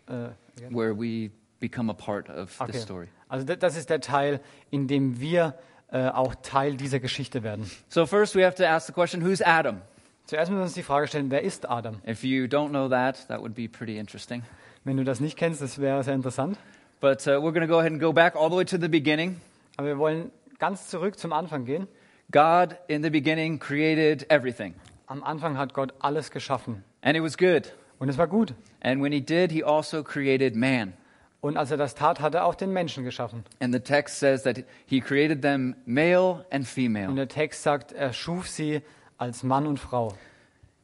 Speaker 2: äh,
Speaker 3: where we become a part of
Speaker 2: Okay.
Speaker 3: this story.
Speaker 2: also da- das ist der Teil, in dem wir äh, auch Teil dieser Geschichte werden.
Speaker 3: So, first, we have to ask the question who's Adam?
Speaker 2: Zuerst müssen wir uns die Frage stellen, wer ist Adam?
Speaker 3: If you don't know that, that would be pretty interesting.
Speaker 2: Wenn du das nicht kennst, das wäre sehr interessant.
Speaker 3: But uh, we're going to go ahead and go back all the way to the beginning.
Speaker 2: Aber wir wollen ganz zurück zum Anfang gehen.
Speaker 3: God, in the beginning, created everything,
Speaker 2: Am Anfang hat Gott alles geschaffen
Speaker 3: and it was good.
Speaker 2: und es war gut.
Speaker 3: And when he did, he also created man.
Speaker 2: Und als er das tat, hat er auch den Menschen geschaffen.
Speaker 3: And the text says that he created them male and
Speaker 2: Und
Speaker 3: female,
Speaker 2: der Text sagt, er schuf sie als Mann und Frau.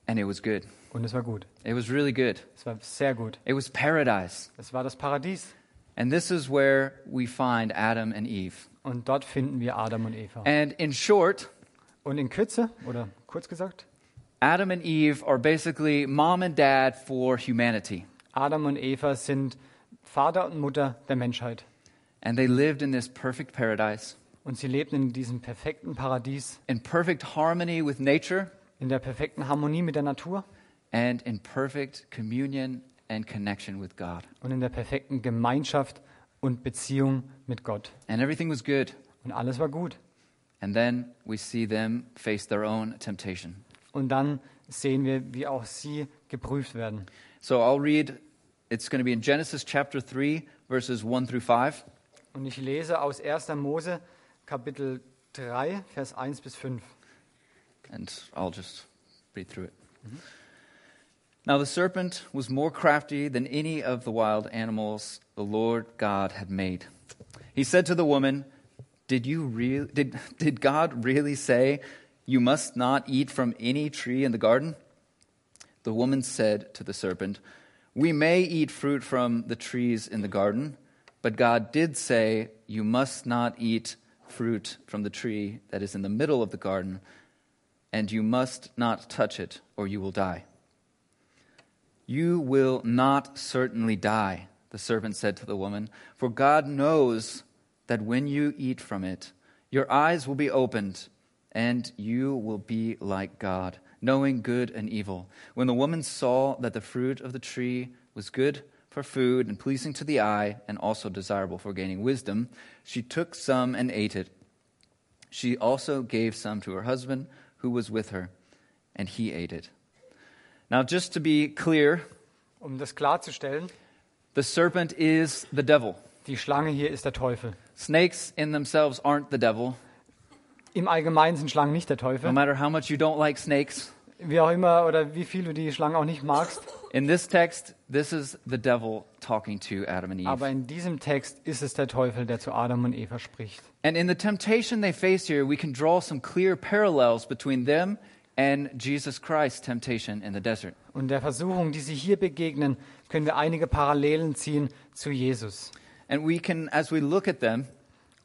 Speaker 3: and it was good.
Speaker 2: Und es war gut.
Speaker 3: It was really good.
Speaker 2: Es war sehr gut.
Speaker 3: It was paradise.
Speaker 2: Es war das Paradies.
Speaker 3: And this is where we find Adam and Eve.
Speaker 2: Und dort finden wir Adam und Eva.
Speaker 3: And in short,
Speaker 2: Und in Kürze, oder kurz gesagt,
Speaker 3: Adam and Eve are basically mom and dad for humanity.
Speaker 2: Adam und Eva sind Vater und Mutter der Menschheit.
Speaker 3: And they lived in this perfect paradise,
Speaker 2: Und sie lebten in diesem perfekten Paradies,
Speaker 3: in perfect harmony with nature,
Speaker 2: in der perfekten Harmonie mit der Natur
Speaker 3: and in perfect communion and connection with God.
Speaker 2: und in der perfekten Gemeinschaft und Beziehung mit Gott.
Speaker 3: And everything was good.
Speaker 2: Und alles war gut.
Speaker 3: And then we see them face their own temptation.
Speaker 2: Und dann sehen wir, wie auch sie geprüft werden.
Speaker 3: So I'll read, it's going to be in Genesis chapter 3, verses 1 through 5.
Speaker 2: Und ich lese aus 1. Mose Kapitel 3, Vers 1 bis 5.
Speaker 3: And I'll just read through it. Now the serpent was more crafty than any of the wild animals the Lord God had made. He said to the woman, Did, you real did, did God really say, You must not eat from any tree in the garden? The woman said to the serpent, We may eat fruit from the trees in the garden, but God did say, You must not eat fruit from the tree that is in the middle of the garden, and you must not touch it, or you will die. You will not certainly die, the serpent said to the woman, for God knows that when you eat from it, your eyes will be opened, and you will be like God, knowing good and evil. When the woman saw that the fruit of the tree was good for food and pleasing to the eye, and also desirable for gaining wisdom, she took some and ate it. She also gave some to her husband who was with her, and he ate it. Now, just to be clear,
Speaker 2: Um das klarzustellen,
Speaker 3: the serpent is the devil.
Speaker 2: die Schlange hier ist der Teufel.
Speaker 3: Snakes in themselves aren't the devil.
Speaker 2: Im Allgemeinen sind Schlangen nicht der
Speaker 3: No
Speaker 2: Teufel.
Speaker 3: matter how much you don't like snakes,
Speaker 2: Wie auch immer oder wie viel du die Schlange auch nicht magst.
Speaker 3: in this text, this is the devil talking to Adam and Eve.
Speaker 2: Aber in diesem Text ist es der Teufel, der zu Adam und Eva spricht.
Speaker 3: And in the temptation they face here, we can draw some clear parallels between them and Jesus Christ's temptation in the desert.
Speaker 2: Und der Versuchung, die sie hier begegnen, können wir einige Parallelen ziehen zu Jesus.
Speaker 3: And we can, as we look at them,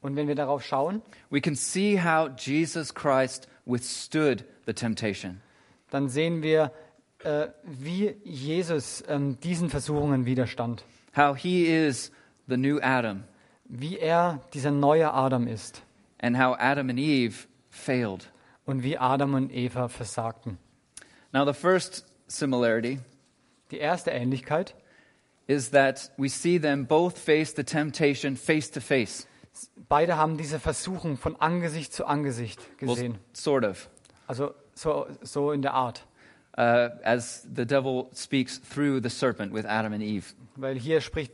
Speaker 2: Und wenn wir darauf schauen,
Speaker 3: we can see how Jesus Christ withstood the temptation.
Speaker 2: dann sehen wir, äh, wie Jesus ähm, diesen Versuchungen widerstand.
Speaker 3: How he is the new Adam,
Speaker 2: Wie er dieser neue Adam ist
Speaker 3: and how Adam and Eve failed.
Speaker 2: und wie Adam und Eva versagten.
Speaker 3: Now, the first similarity
Speaker 2: Die erste Ähnlichkeit,
Speaker 3: is that we see them both face the temptation face to face.
Speaker 2: beide haben diese Versuchung von Angesicht zu Angesicht
Speaker 3: Well,
Speaker 2: gesehen.
Speaker 3: sort of.
Speaker 2: Also so, so in der Art.
Speaker 3: Uh, as the devil speaks through the serpent with Adam and Eve.
Speaker 2: Weil hier spricht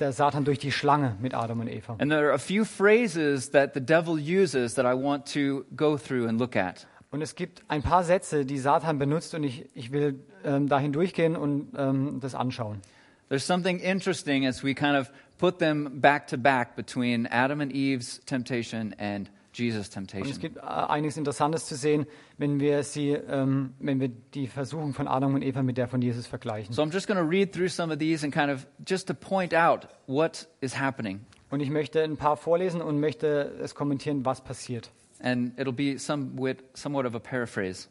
Speaker 2: der Satan durch die Schlange mit Adam und Eva.
Speaker 3: And there are a few phrases that the devil uses that I want to go through and look at.
Speaker 2: Und es gibt ein paar Sätze, die Satan benutzt und ich, ich will ähm, dahin durchgehen und ähm, das anschauen.
Speaker 3: There's something interesting as we kind of put them back to back between Adam and Eve's temptation and Jesus'
Speaker 2: Und es
Speaker 3: temptation.
Speaker 2: gibt äh, einiges Interessantes zu sehen, wenn wir sie, ähm, wenn wir die Versuchung von Adam und Eva mit der von Jesus vergleichen.
Speaker 3: So I'm just going to read through some of these and kind of just to point out what is happening.
Speaker 2: Und ich möchte ein paar vorlesen und möchte es kommentieren, was passiert.
Speaker 3: And it'll be somewhat, somewhat of a paraphrase.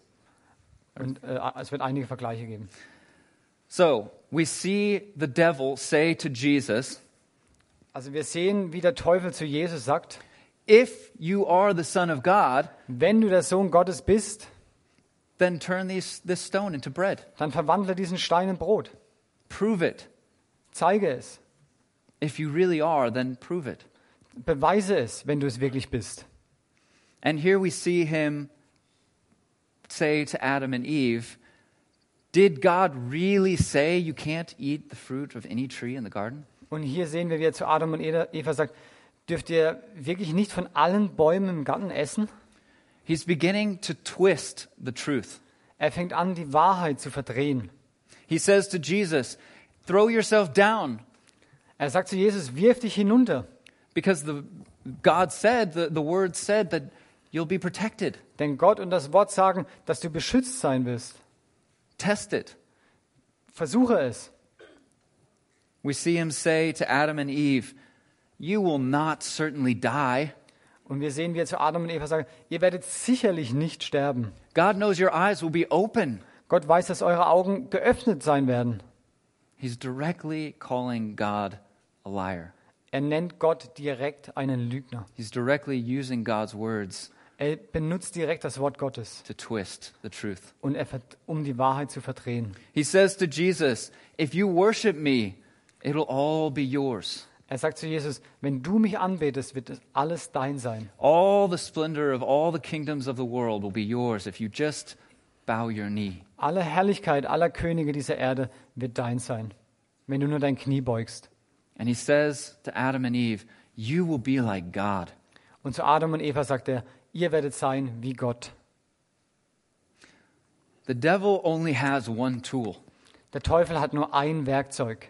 Speaker 2: Und äh, es wird einige Vergleiche geben.
Speaker 3: So we see the devil say to Jesus,
Speaker 2: Also wir sehen, wie der Teufel zu Jesus sagt,
Speaker 3: If you are the Son of God,
Speaker 2: wenn du der Sohn Gottes bist,
Speaker 3: then turn these, this stone into bread.
Speaker 2: dann verwandle diesen Stein in Brot.
Speaker 3: Prove it.
Speaker 2: Zeige es.
Speaker 3: If you really are, then prove it.
Speaker 2: Beweise es, wenn du es wirklich bist.
Speaker 3: And here we see him say to Adam and Eve, Did God really say you can't eat the fruit of any tree in the garden?
Speaker 2: Und hier sehen wir, wie er zu Adam und Eva sagt, dürft ihr wirklich nicht von allen Bäumen im Garten essen?
Speaker 3: He's beginning to twist the truth.
Speaker 2: Er fängt an, die Wahrheit zu verdrehen.
Speaker 3: He says to Jesus, Throw yourself down,
Speaker 2: Er sagt zu Jesus, wirf dich hinunter,
Speaker 3: because the, God said, the, the word said that you'll be protected.
Speaker 2: denn Gott und das Wort sagen, dass du beschützt sein wirst.
Speaker 3: Test it.
Speaker 2: Versuche es.
Speaker 3: We see him say to Adam and Eve, You will not certainly die.
Speaker 2: Und wir sehen, wie er zu Adam und Eva sagt, ihr werdet sicherlich nicht sterben.
Speaker 3: God knows your eyes will be open.
Speaker 2: Gott weiß, dass eure Augen geöffnet sein werden.
Speaker 3: He's directly calling God a liar.
Speaker 2: Er nennt Gott direkt einen Lügner.
Speaker 3: He's directly using God's words
Speaker 2: Er benutzt direkt das Wort Gottes,
Speaker 3: to twist the truth.
Speaker 2: und er verd- um die Wahrheit zu verdrehen.
Speaker 3: He says to Jesus, If you worship me, it'll all be yours.
Speaker 2: Er sagt zu Jesus, wenn du mich anbetest, wird es alles dein sein.
Speaker 3: All the splendor of all the kingdoms of the world will be yours if you just bow your knee.
Speaker 2: Alle Herrlichkeit aller Könige dieser Erde wird dein sein, wenn du nur dein Knie beugst.
Speaker 3: And he says to Adam and Eve, You will be like God.
Speaker 2: Und zu Adam und Eva sagt er, ihr werdet sein wie Gott.
Speaker 3: The devil only has one tool,
Speaker 2: Der Teufel hat nur ein Werkzeug.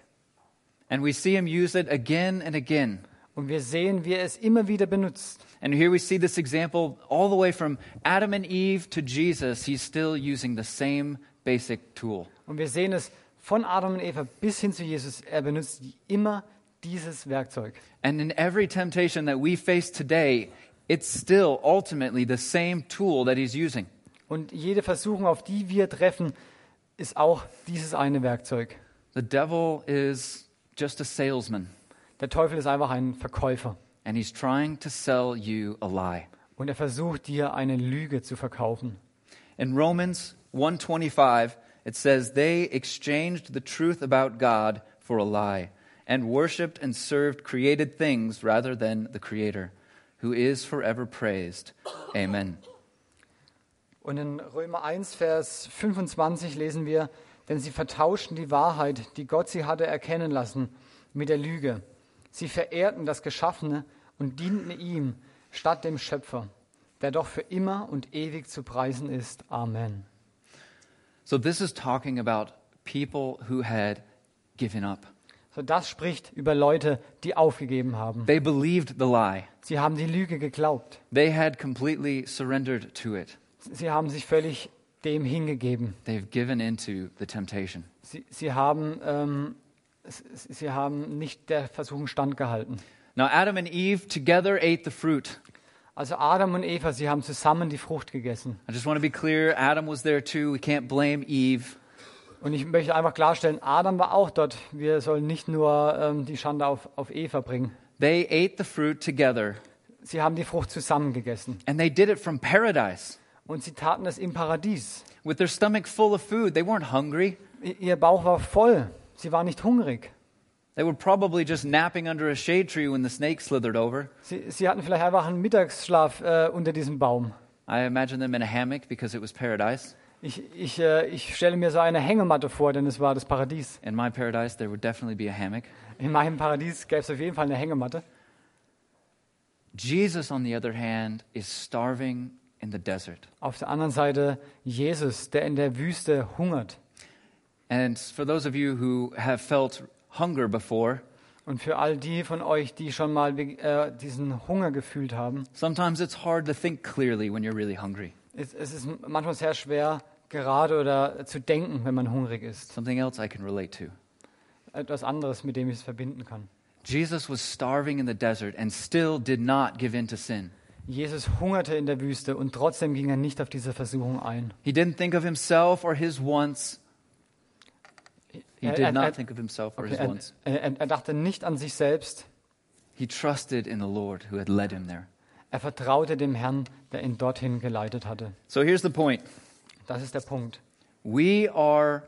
Speaker 3: and we see him use it again and again.
Speaker 2: Und wir sehen, wie er es immer wieder benutzt.
Speaker 3: And here we see this example all the way from Adam and Eve to Jesus. He's still using the same basic tool.
Speaker 2: Und wir sehen es von Adam und Eva bis hin zu Jesus. Er benutzt immer dieses Werkzeug.
Speaker 3: And in every temptation that we face today, it's still ultimately the same tool that he's using.
Speaker 2: Und jede Versuchung, auf die wir treffen, ist auch dieses eine Werkzeug.
Speaker 3: The devil is just a salesman,
Speaker 2: Der Teufel ist einfach ein Verkäufer.
Speaker 3: and he's trying to sell you a lie.
Speaker 2: Und er versucht dir eine Lüge zu verkaufen.
Speaker 3: In Romans 1:25, it says they exchanged the truth about God for a lie and worshiped and served created things rather than the creator, who is forever praised. Amen.
Speaker 2: Und in Römer 1, Vers 25 lesen wir, denn sie vertauschten die Wahrheit, die Gott sie hatte erkennen lassen, mit der Lüge. Sie verehrten das Geschaffene und dienten ihm statt dem Schöpfer, der doch für immer und ewig zu preisen ist. Amen.
Speaker 3: So this is talking about people who had given up.
Speaker 2: So das spricht über Leute, die aufgegeben haben.
Speaker 3: They believed the lie.
Speaker 2: Sie haben die Lüge geglaubt.
Speaker 3: They had completely surrendered to it.
Speaker 2: Sie haben sich völlig dem hingegeben.
Speaker 3: They've given into the temptation.
Speaker 2: Sie, sie, haben, ähm, s- s- sie haben nicht der Versuchung standgehalten.
Speaker 3: Now Adam and Eve together ate the fruit.
Speaker 2: Also Adam und Eva, sie haben zusammen die Frucht gegessen.
Speaker 3: I just want to be clear, Adam was there too. We can't blame Eve.
Speaker 2: Und ich möchte einfach klarstellen, Adam war auch dort. Wir sollen nicht nur ähm, die Schande auf, auf Eva bringen.
Speaker 3: They ate the fruit together,
Speaker 2: Sie haben die Frucht zusammen gegessen.
Speaker 3: and they did it from paradise.
Speaker 2: Und sie taten es im Paradies.
Speaker 3: With their stomach full of food, they weren't hungry.
Speaker 2: I- Ihr Bauch war voll. Sie war nicht hungrig.
Speaker 3: They were probably just napping under a shade tree when the snake slithered over.
Speaker 2: Sie, sie hatten vielleicht einfach einen Mittagsschlaf äh, unter diesem Baum.
Speaker 3: I imagine them in a hammock because it was paradise.
Speaker 2: Ich, ich, äh, ich stelle mir so eine Hängematte vor, denn es war das Paradies.
Speaker 3: In my paradise, there would definitely be a hammock.
Speaker 2: In meinem Paradies gäbe es auf jeden Fall eine Hängematte.
Speaker 3: Jesus, on the other hand, is starving in the desert.
Speaker 2: Auf der anderen Seite Jesus, der in der Wüste hungert.
Speaker 3: And for those of you who have felt hunger before,
Speaker 2: Und für all die von euch, die schon mal äh, diesen Hunger gefühlt haben,
Speaker 3: sometimes it's hard to think clearly when you're really hungry.
Speaker 2: es, es ist manchmal sehr schwer, gerade oder zu denken, wenn man hungrig ist.
Speaker 3: Something else I can relate to.
Speaker 2: Etwas anderes, mit dem ich es verbinden kann.
Speaker 3: Jesus was starving in the desert and still did not give in to sin.
Speaker 2: Jesus hungerte in der Wüste und trotzdem ging er nicht auf diese Versuchung ein.
Speaker 3: He didn't think of himself or his wants. He
Speaker 2: Er-
Speaker 3: did
Speaker 2: er-
Speaker 3: not
Speaker 2: er-
Speaker 3: think of himself or
Speaker 2: Okay,
Speaker 3: his
Speaker 2: er,
Speaker 3: wants.
Speaker 2: er, er dachte nicht an sich selbst,
Speaker 3: He trusted in the Lord who had led him there.
Speaker 2: er vertraute dem Herrn, der ihn dorthin geleitet hatte.
Speaker 3: So here's the point
Speaker 2: Das ist der Punkt.
Speaker 3: we are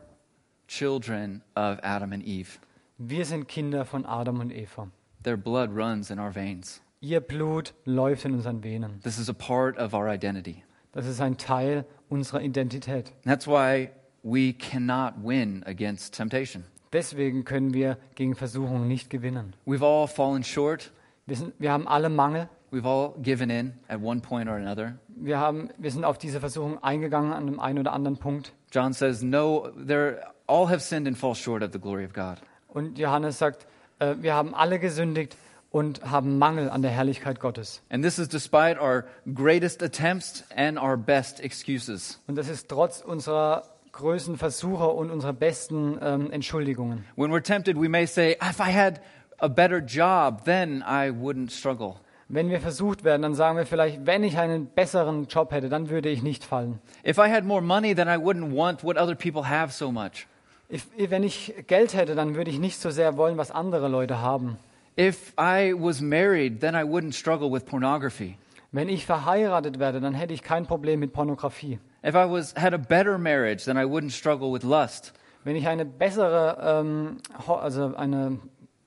Speaker 3: children of Adam and Eve.
Speaker 2: Wir sind Kinder von Adam und Eva.
Speaker 3: Their blood runs in our veins.
Speaker 2: Ihr Blut läuft in unseren Venen.
Speaker 3: This is a part of our identity.
Speaker 2: Das ist ein Teil unserer Identität.
Speaker 3: And that's why we cannot win against temptation.
Speaker 2: Deswegen können wir gegen Versuchungen nicht gewinnen.
Speaker 3: We've all fallen short.
Speaker 2: Wir, sind, wir haben alle Mangel.
Speaker 3: We've all given in at one point or another.
Speaker 2: Wir, haben, wir sind auf diese Versuchung eingegangen an dem einen oder anderen Punkt.
Speaker 3: John says, No, they're, all have sinned and fall short of the glory of God.
Speaker 2: Und Johannes sagt, äh, wir haben alle gesündigt und haben Mangel an der Herrlichkeit Gottes.
Speaker 3: And this is despite our greatest attempts and our best excuses.
Speaker 2: Und das ist trotz unserer größten Versuche und unserer besten ähm, Entschuldigungen.
Speaker 3: When we're tempted, we may say, If I had a better job, then I wouldn't struggle.
Speaker 2: Wenn wir versucht werden, dann sagen wir vielleicht, wenn ich einen besseren Job hätte, dann würde ich nicht fallen.
Speaker 3: If I had more money, then I wouldn't want what other people have so much.
Speaker 2: If, wenn ich Geld hätte, dann würde ich nicht so sehr wollen, was andere Leute haben.
Speaker 3: If I was married, then I wouldn't struggle with pornography.
Speaker 2: Wenn ich verheiratet werde, dann hätte ich kein Problem mit Pornografie.
Speaker 3: If I was, had a better marriage, then I wouldn't struggle with lust.
Speaker 2: Wenn ich eine bessere, ähm, ho- also eine,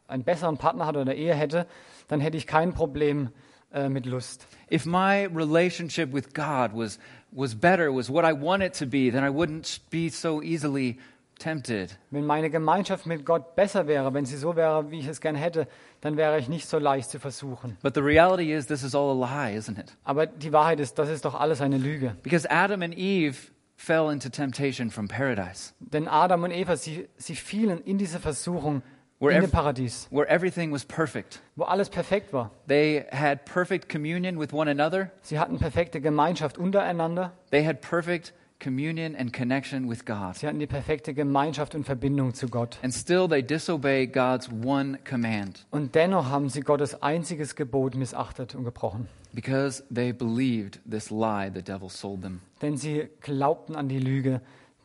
Speaker 2: einen besseren Partner hatte oder Ehe hätte, dann hätte ich kein Problem äh, mit Lust.
Speaker 3: If my relationship with God was, was better, was what I want it to be, then I wouldn't be so easily tempted.
Speaker 2: Wenn meine Gemeinschaft mit Gott besser wäre, wenn sie so wäre, wie ich es gern hätte, dann wäre ich nicht so leicht zu versuchen.
Speaker 3: But the reality is, this is all a lie, isn't it?
Speaker 2: Aber die Wahrheit ist, das ist doch alles eine Lüge.
Speaker 3: Because Adam and Eve fell into temptation from paradise.
Speaker 2: Denn Adam und Eva, sie, sie fielen in diese Versuchung
Speaker 3: where,
Speaker 2: in dem
Speaker 3: ev-
Speaker 2: Paradies,
Speaker 3: where everything was perfect.
Speaker 2: wo alles perfekt war.
Speaker 3: They had perfect communion with one another,
Speaker 2: Sie hatten perfekte Gemeinschaft untereinander.
Speaker 3: they had perfect communion and connection with God.
Speaker 2: Sie hatten die perfekte Gemeinschaft und Verbindung zu Gott.
Speaker 3: And still they disobey God's one command
Speaker 2: Und dennoch haben sie Gottes einziges Gebot missachtet und gebrochen.
Speaker 3: because they believed this lie the devil sold them.
Speaker 2: Denn sie glaubten an die Lüge,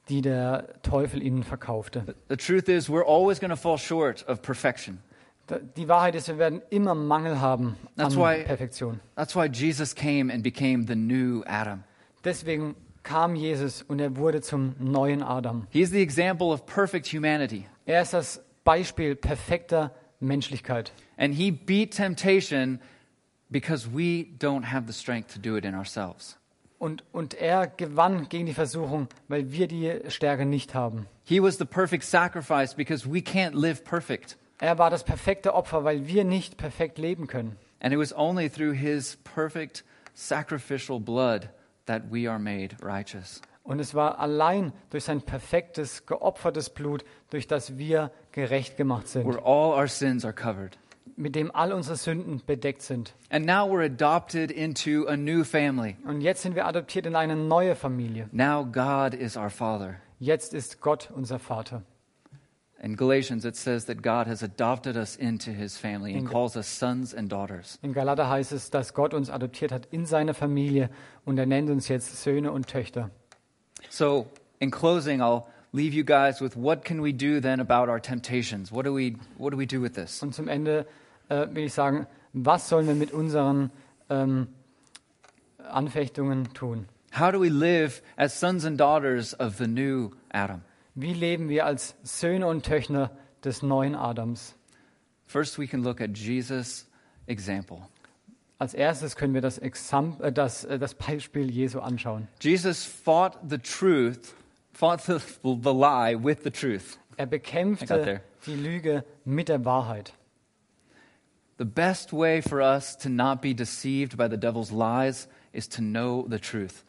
Speaker 2: die der Teufel ihnen verkaufte.
Speaker 3: The truth is, we're always going to fall short of perfection.
Speaker 2: Da- Die Wahrheit ist, wir werden immer Mangel haben an
Speaker 3: That's why-
Speaker 2: Perfektion.
Speaker 3: That's why Jesus came and became the new Adam.
Speaker 2: Deswegen kam Jesus und er wurde zum neuen Adam.
Speaker 3: He is the example of perfect humanity,
Speaker 2: Er ist das Beispiel perfekter Menschlichkeit.
Speaker 3: and he beat temptation because we don't have the strength to do it in ourselves.
Speaker 2: Und, und er gewann gegen die Versuchung, weil wir die Stärke nicht haben.
Speaker 3: He was the perfect sacrifice because we can't live perfect.
Speaker 2: Er war das perfekte Opfer, weil wir nicht perfekt leben können.
Speaker 3: And it was only through his perfect sacrificial blood that we are made righteous.
Speaker 2: Und es war allein durch sein perfektes, geopfertes Blut, durch das wir gerecht gemacht sind,
Speaker 3: Where all our sins are covered.
Speaker 2: mit dem all unsere Sünden bedeckt sind.
Speaker 3: And now we're adopted into a new family.
Speaker 2: Und jetzt sind wir adoptiert in eine neue Familie.
Speaker 3: Now God is our Father.
Speaker 2: Jetzt ist Gott unser Vater.
Speaker 3: In Galatians, it says that God has adopted us into his family and calls us sons and daughters.
Speaker 2: In Galater heißt es, dass Gott uns adoptiert hat in seine Familie und er nennt uns jetzt Söhne und Töchter.
Speaker 3: So, in closing, I'll leave you guys with what can we do then about our temptations? What do we, what do, we do with this?
Speaker 2: Und zum Ende äh, will ich sagen, was sollen wir mit unseren ähm, Anfechtungen tun?
Speaker 3: How do we live as sons and daughters of the new Adam?
Speaker 2: Wie leben wir als Söhne und Töchter des neuen Adams?
Speaker 3: First, we can look at Jesus' example.
Speaker 2: Als erstes können wir das, Exam äh, das, äh, das Beispiel Jesu anschauen.
Speaker 3: Jesus fought the truth, fought the, the lie with the truth.
Speaker 2: Er
Speaker 3: I got there.
Speaker 2: bekämpfte die Lüge mit der Wahrheit.
Speaker 3: The best way for us to not be deceived by the devil's lies is to know the truth.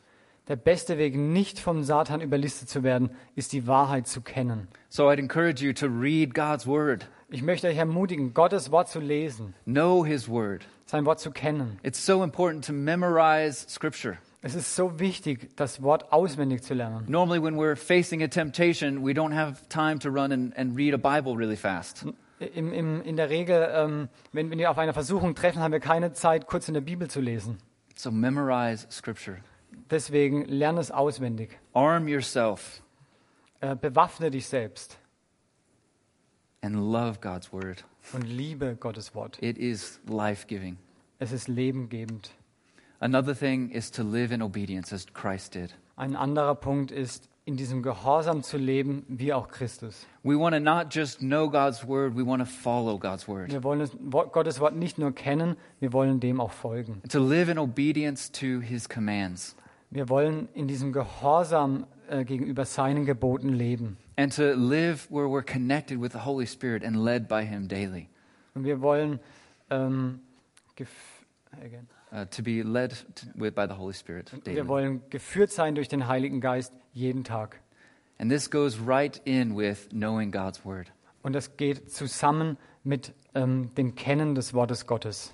Speaker 2: Der beste Weg, nicht vom Satan überlistet zu werden, ist die Wahrheit zu kennen.
Speaker 3: So I'd encourage you to read God's word,
Speaker 2: Ich möchte euch ermutigen, Gottes Wort zu lesen,
Speaker 3: know his word.
Speaker 2: sein Wort zu kennen.
Speaker 3: It's so important to memorize scripture.
Speaker 2: Es ist so wichtig, das Wort auswendig zu lernen.
Speaker 3: Normally, when we're facing a temptation, we don't have time to run and, and read a Bible really fast.
Speaker 2: Im, im, in der Regel, ähm, wenn, wenn wir auf eine Versuchung treffen, haben wir keine Zeit, kurz in der Bibel zu lesen.
Speaker 3: So memorize scripture,
Speaker 2: Deswegen lerne es auswendig.
Speaker 3: arm yourself,
Speaker 2: Äh, bewaffne dich selbst
Speaker 3: and love God's word.
Speaker 2: und liebe Gottes Wort.
Speaker 3: It is life giving.
Speaker 2: Es ist lebengebend.
Speaker 3: Another thing is to live in obedience as Christ did.
Speaker 2: Ein anderer Punkt ist, in diesem Gehorsam zu leben, wie auch Christus.
Speaker 3: We want to not just know God's word, we want to follow God's word.
Speaker 2: Wir wollen es, Wo- Gottes Wort nicht nur kennen, wir wollen dem auch folgen.
Speaker 3: To live in obedience to his commands
Speaker 2: Wir wollen in diesem Gehorsam äh, gegenüber seinen Geboten leben.
Speaker 3: and to live where we're connected with the Holy Spirit and led by him daily.
Speaker 2: Und wir wollen ähm, gef again.
Speaker 3: Uh, to be led to, with, by the Holy Spirit daily.
Speaker 2: Wir wollen geführt sein durch den Heiligen Geist jeden Tag.
Speaker 3: And this goes right in with knowing God's word.
Speaker 2: Und das geht zusammen mit ähm, dem Kennen des Wortes Gottes.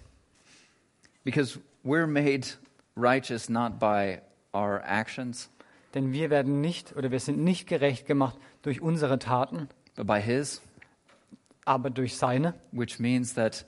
Speaker 3: Because we're made righteous not by our actions,
Speaker 2: Denn wir werden nicht oder wir sind nicht gerecht gemacht durch unsere Taten,
Speaker 3: but by his,
Speaker 2: aber durch seine.
Speaker 3: which means that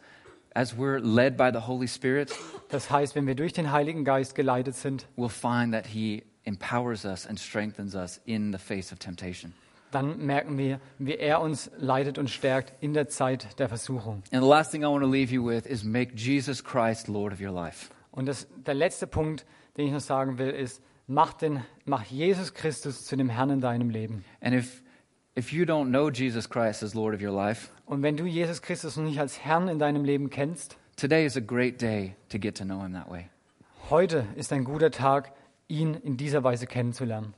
Speaker 3: as we're led by the Holy Spirit,
Speaker 2: Das heißt, wenn wir durch den Heiligen Geist geleitet sind,
Speaker 3: we'll find that he empowers us and strengthens us in the face of temptation.
Speaker 2: dann merken wir, wie er uns leitet und stärkt in der Zeit der Versuchung.
Speaker 3: And the last thing I want to leave you with is make Jesus Christ Lord of your life.
Speaker 2: Und das, der letzte Punkt, den ich noch sagen will, ist, mach, den, mach Jesus Christus zu dem Herrn in deinem Leben.
Speaker 3: And if if you don't know Jesus Christ as Lord of your life,
Speaker 2: Und wenn du Jesus Christus noch nicht als Herrn in deinem Leben kennst,
Speaker 3: today is a great day to get to know him that way.
Speaker 2: Heute ist ein guter Tag, ihn in dieser Weise kennenzulernen.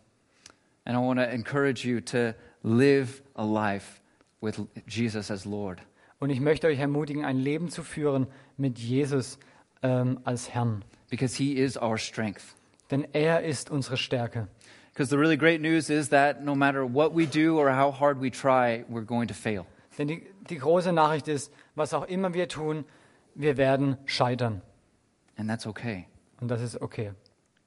Speaker 3: And I want to encourage you to live a life with Jesus as Lord.
Speaker 2: Und ich möchte euch ermutigen, ein Leben zu führen mit Jesus ähm, als Herrn.
Speaker 3: because he is our strength.
Speaker 2: Denn er ist unsere Stärke.
Speaker 3: Because the really great news is that no matter what we do or how hard we try, we're going to fail.
Speaker 2: Denn die, die große Nachricht ist, was auch immer wir tun, wir werden scheitern.
Speaker 3: And that's okay,
Speaker 2: Und das ist okay.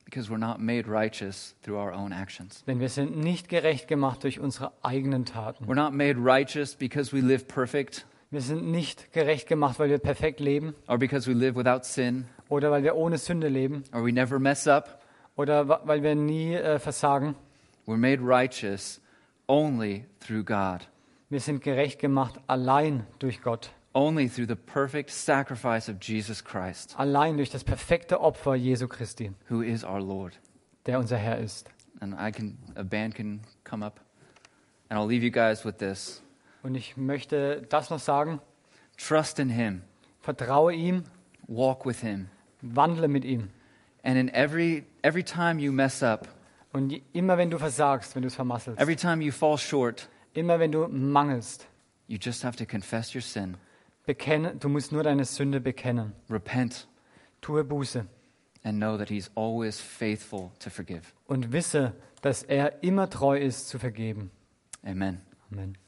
Speaker 3: because we're not made righteous through our own actions.
Speaker 2: Denn wir sind nicht gerecht gemacht durch unsere eigenen Taten.
Speaker 3: We're not made righteous because we live perfect
Speaker 2: Wir sind nicht gerecht gemacht, weil wir perfekt leben
Speaker 3: or because we live without sin
Speaker 2: oder weil wir ohne Sünde leben
Speaker 3: or we never mess up.
Speaker 2: oder wa- weil wir nie äh, versagen.
Speaker 3: We're made righteous only through God,
Speaker 2: Wir sind gerecht gemacht allein durch Gott,
Speaker 3: only through the perfect sacrifice of Jesus Christ,
Speaker 2: allein durch das perfekte Opfer Jesu Christi,
Speaker 3: who is our Lord.
Speaker 2: der unser Herr ist.
Speaker 3: And I can a band can come up. And I'll leave you guys with this.
Speaker 2: Und ich möchte das noch sagen.
Speaker 3: Trust in him,
Speaker 2: Vertraue ihm,
Speaker 3: walk with him.
Speaker 2: wandle mit ihm.
Speaker 3: And in every every time you mess up,
Speaker 2: Und je- immer wenn du versagst, wenn du es vermasselst,
Speaker 3: every time you fall short,
Speaker 2: immer wenn du mangelst,
Speaker 3: you just have to confess your sin,
Speaker 2: bekenne, du musst nur deine Sünde bekennen.
Speaker 3: repent,
Speaker 2: Tue Buße
Speaker 3: and know that he's always faithful to forgive.
Speaker 2: und wisse, dass er immer treu ist zu vergeben.
Speaker 3: Amen.
Speaker 2: Amen.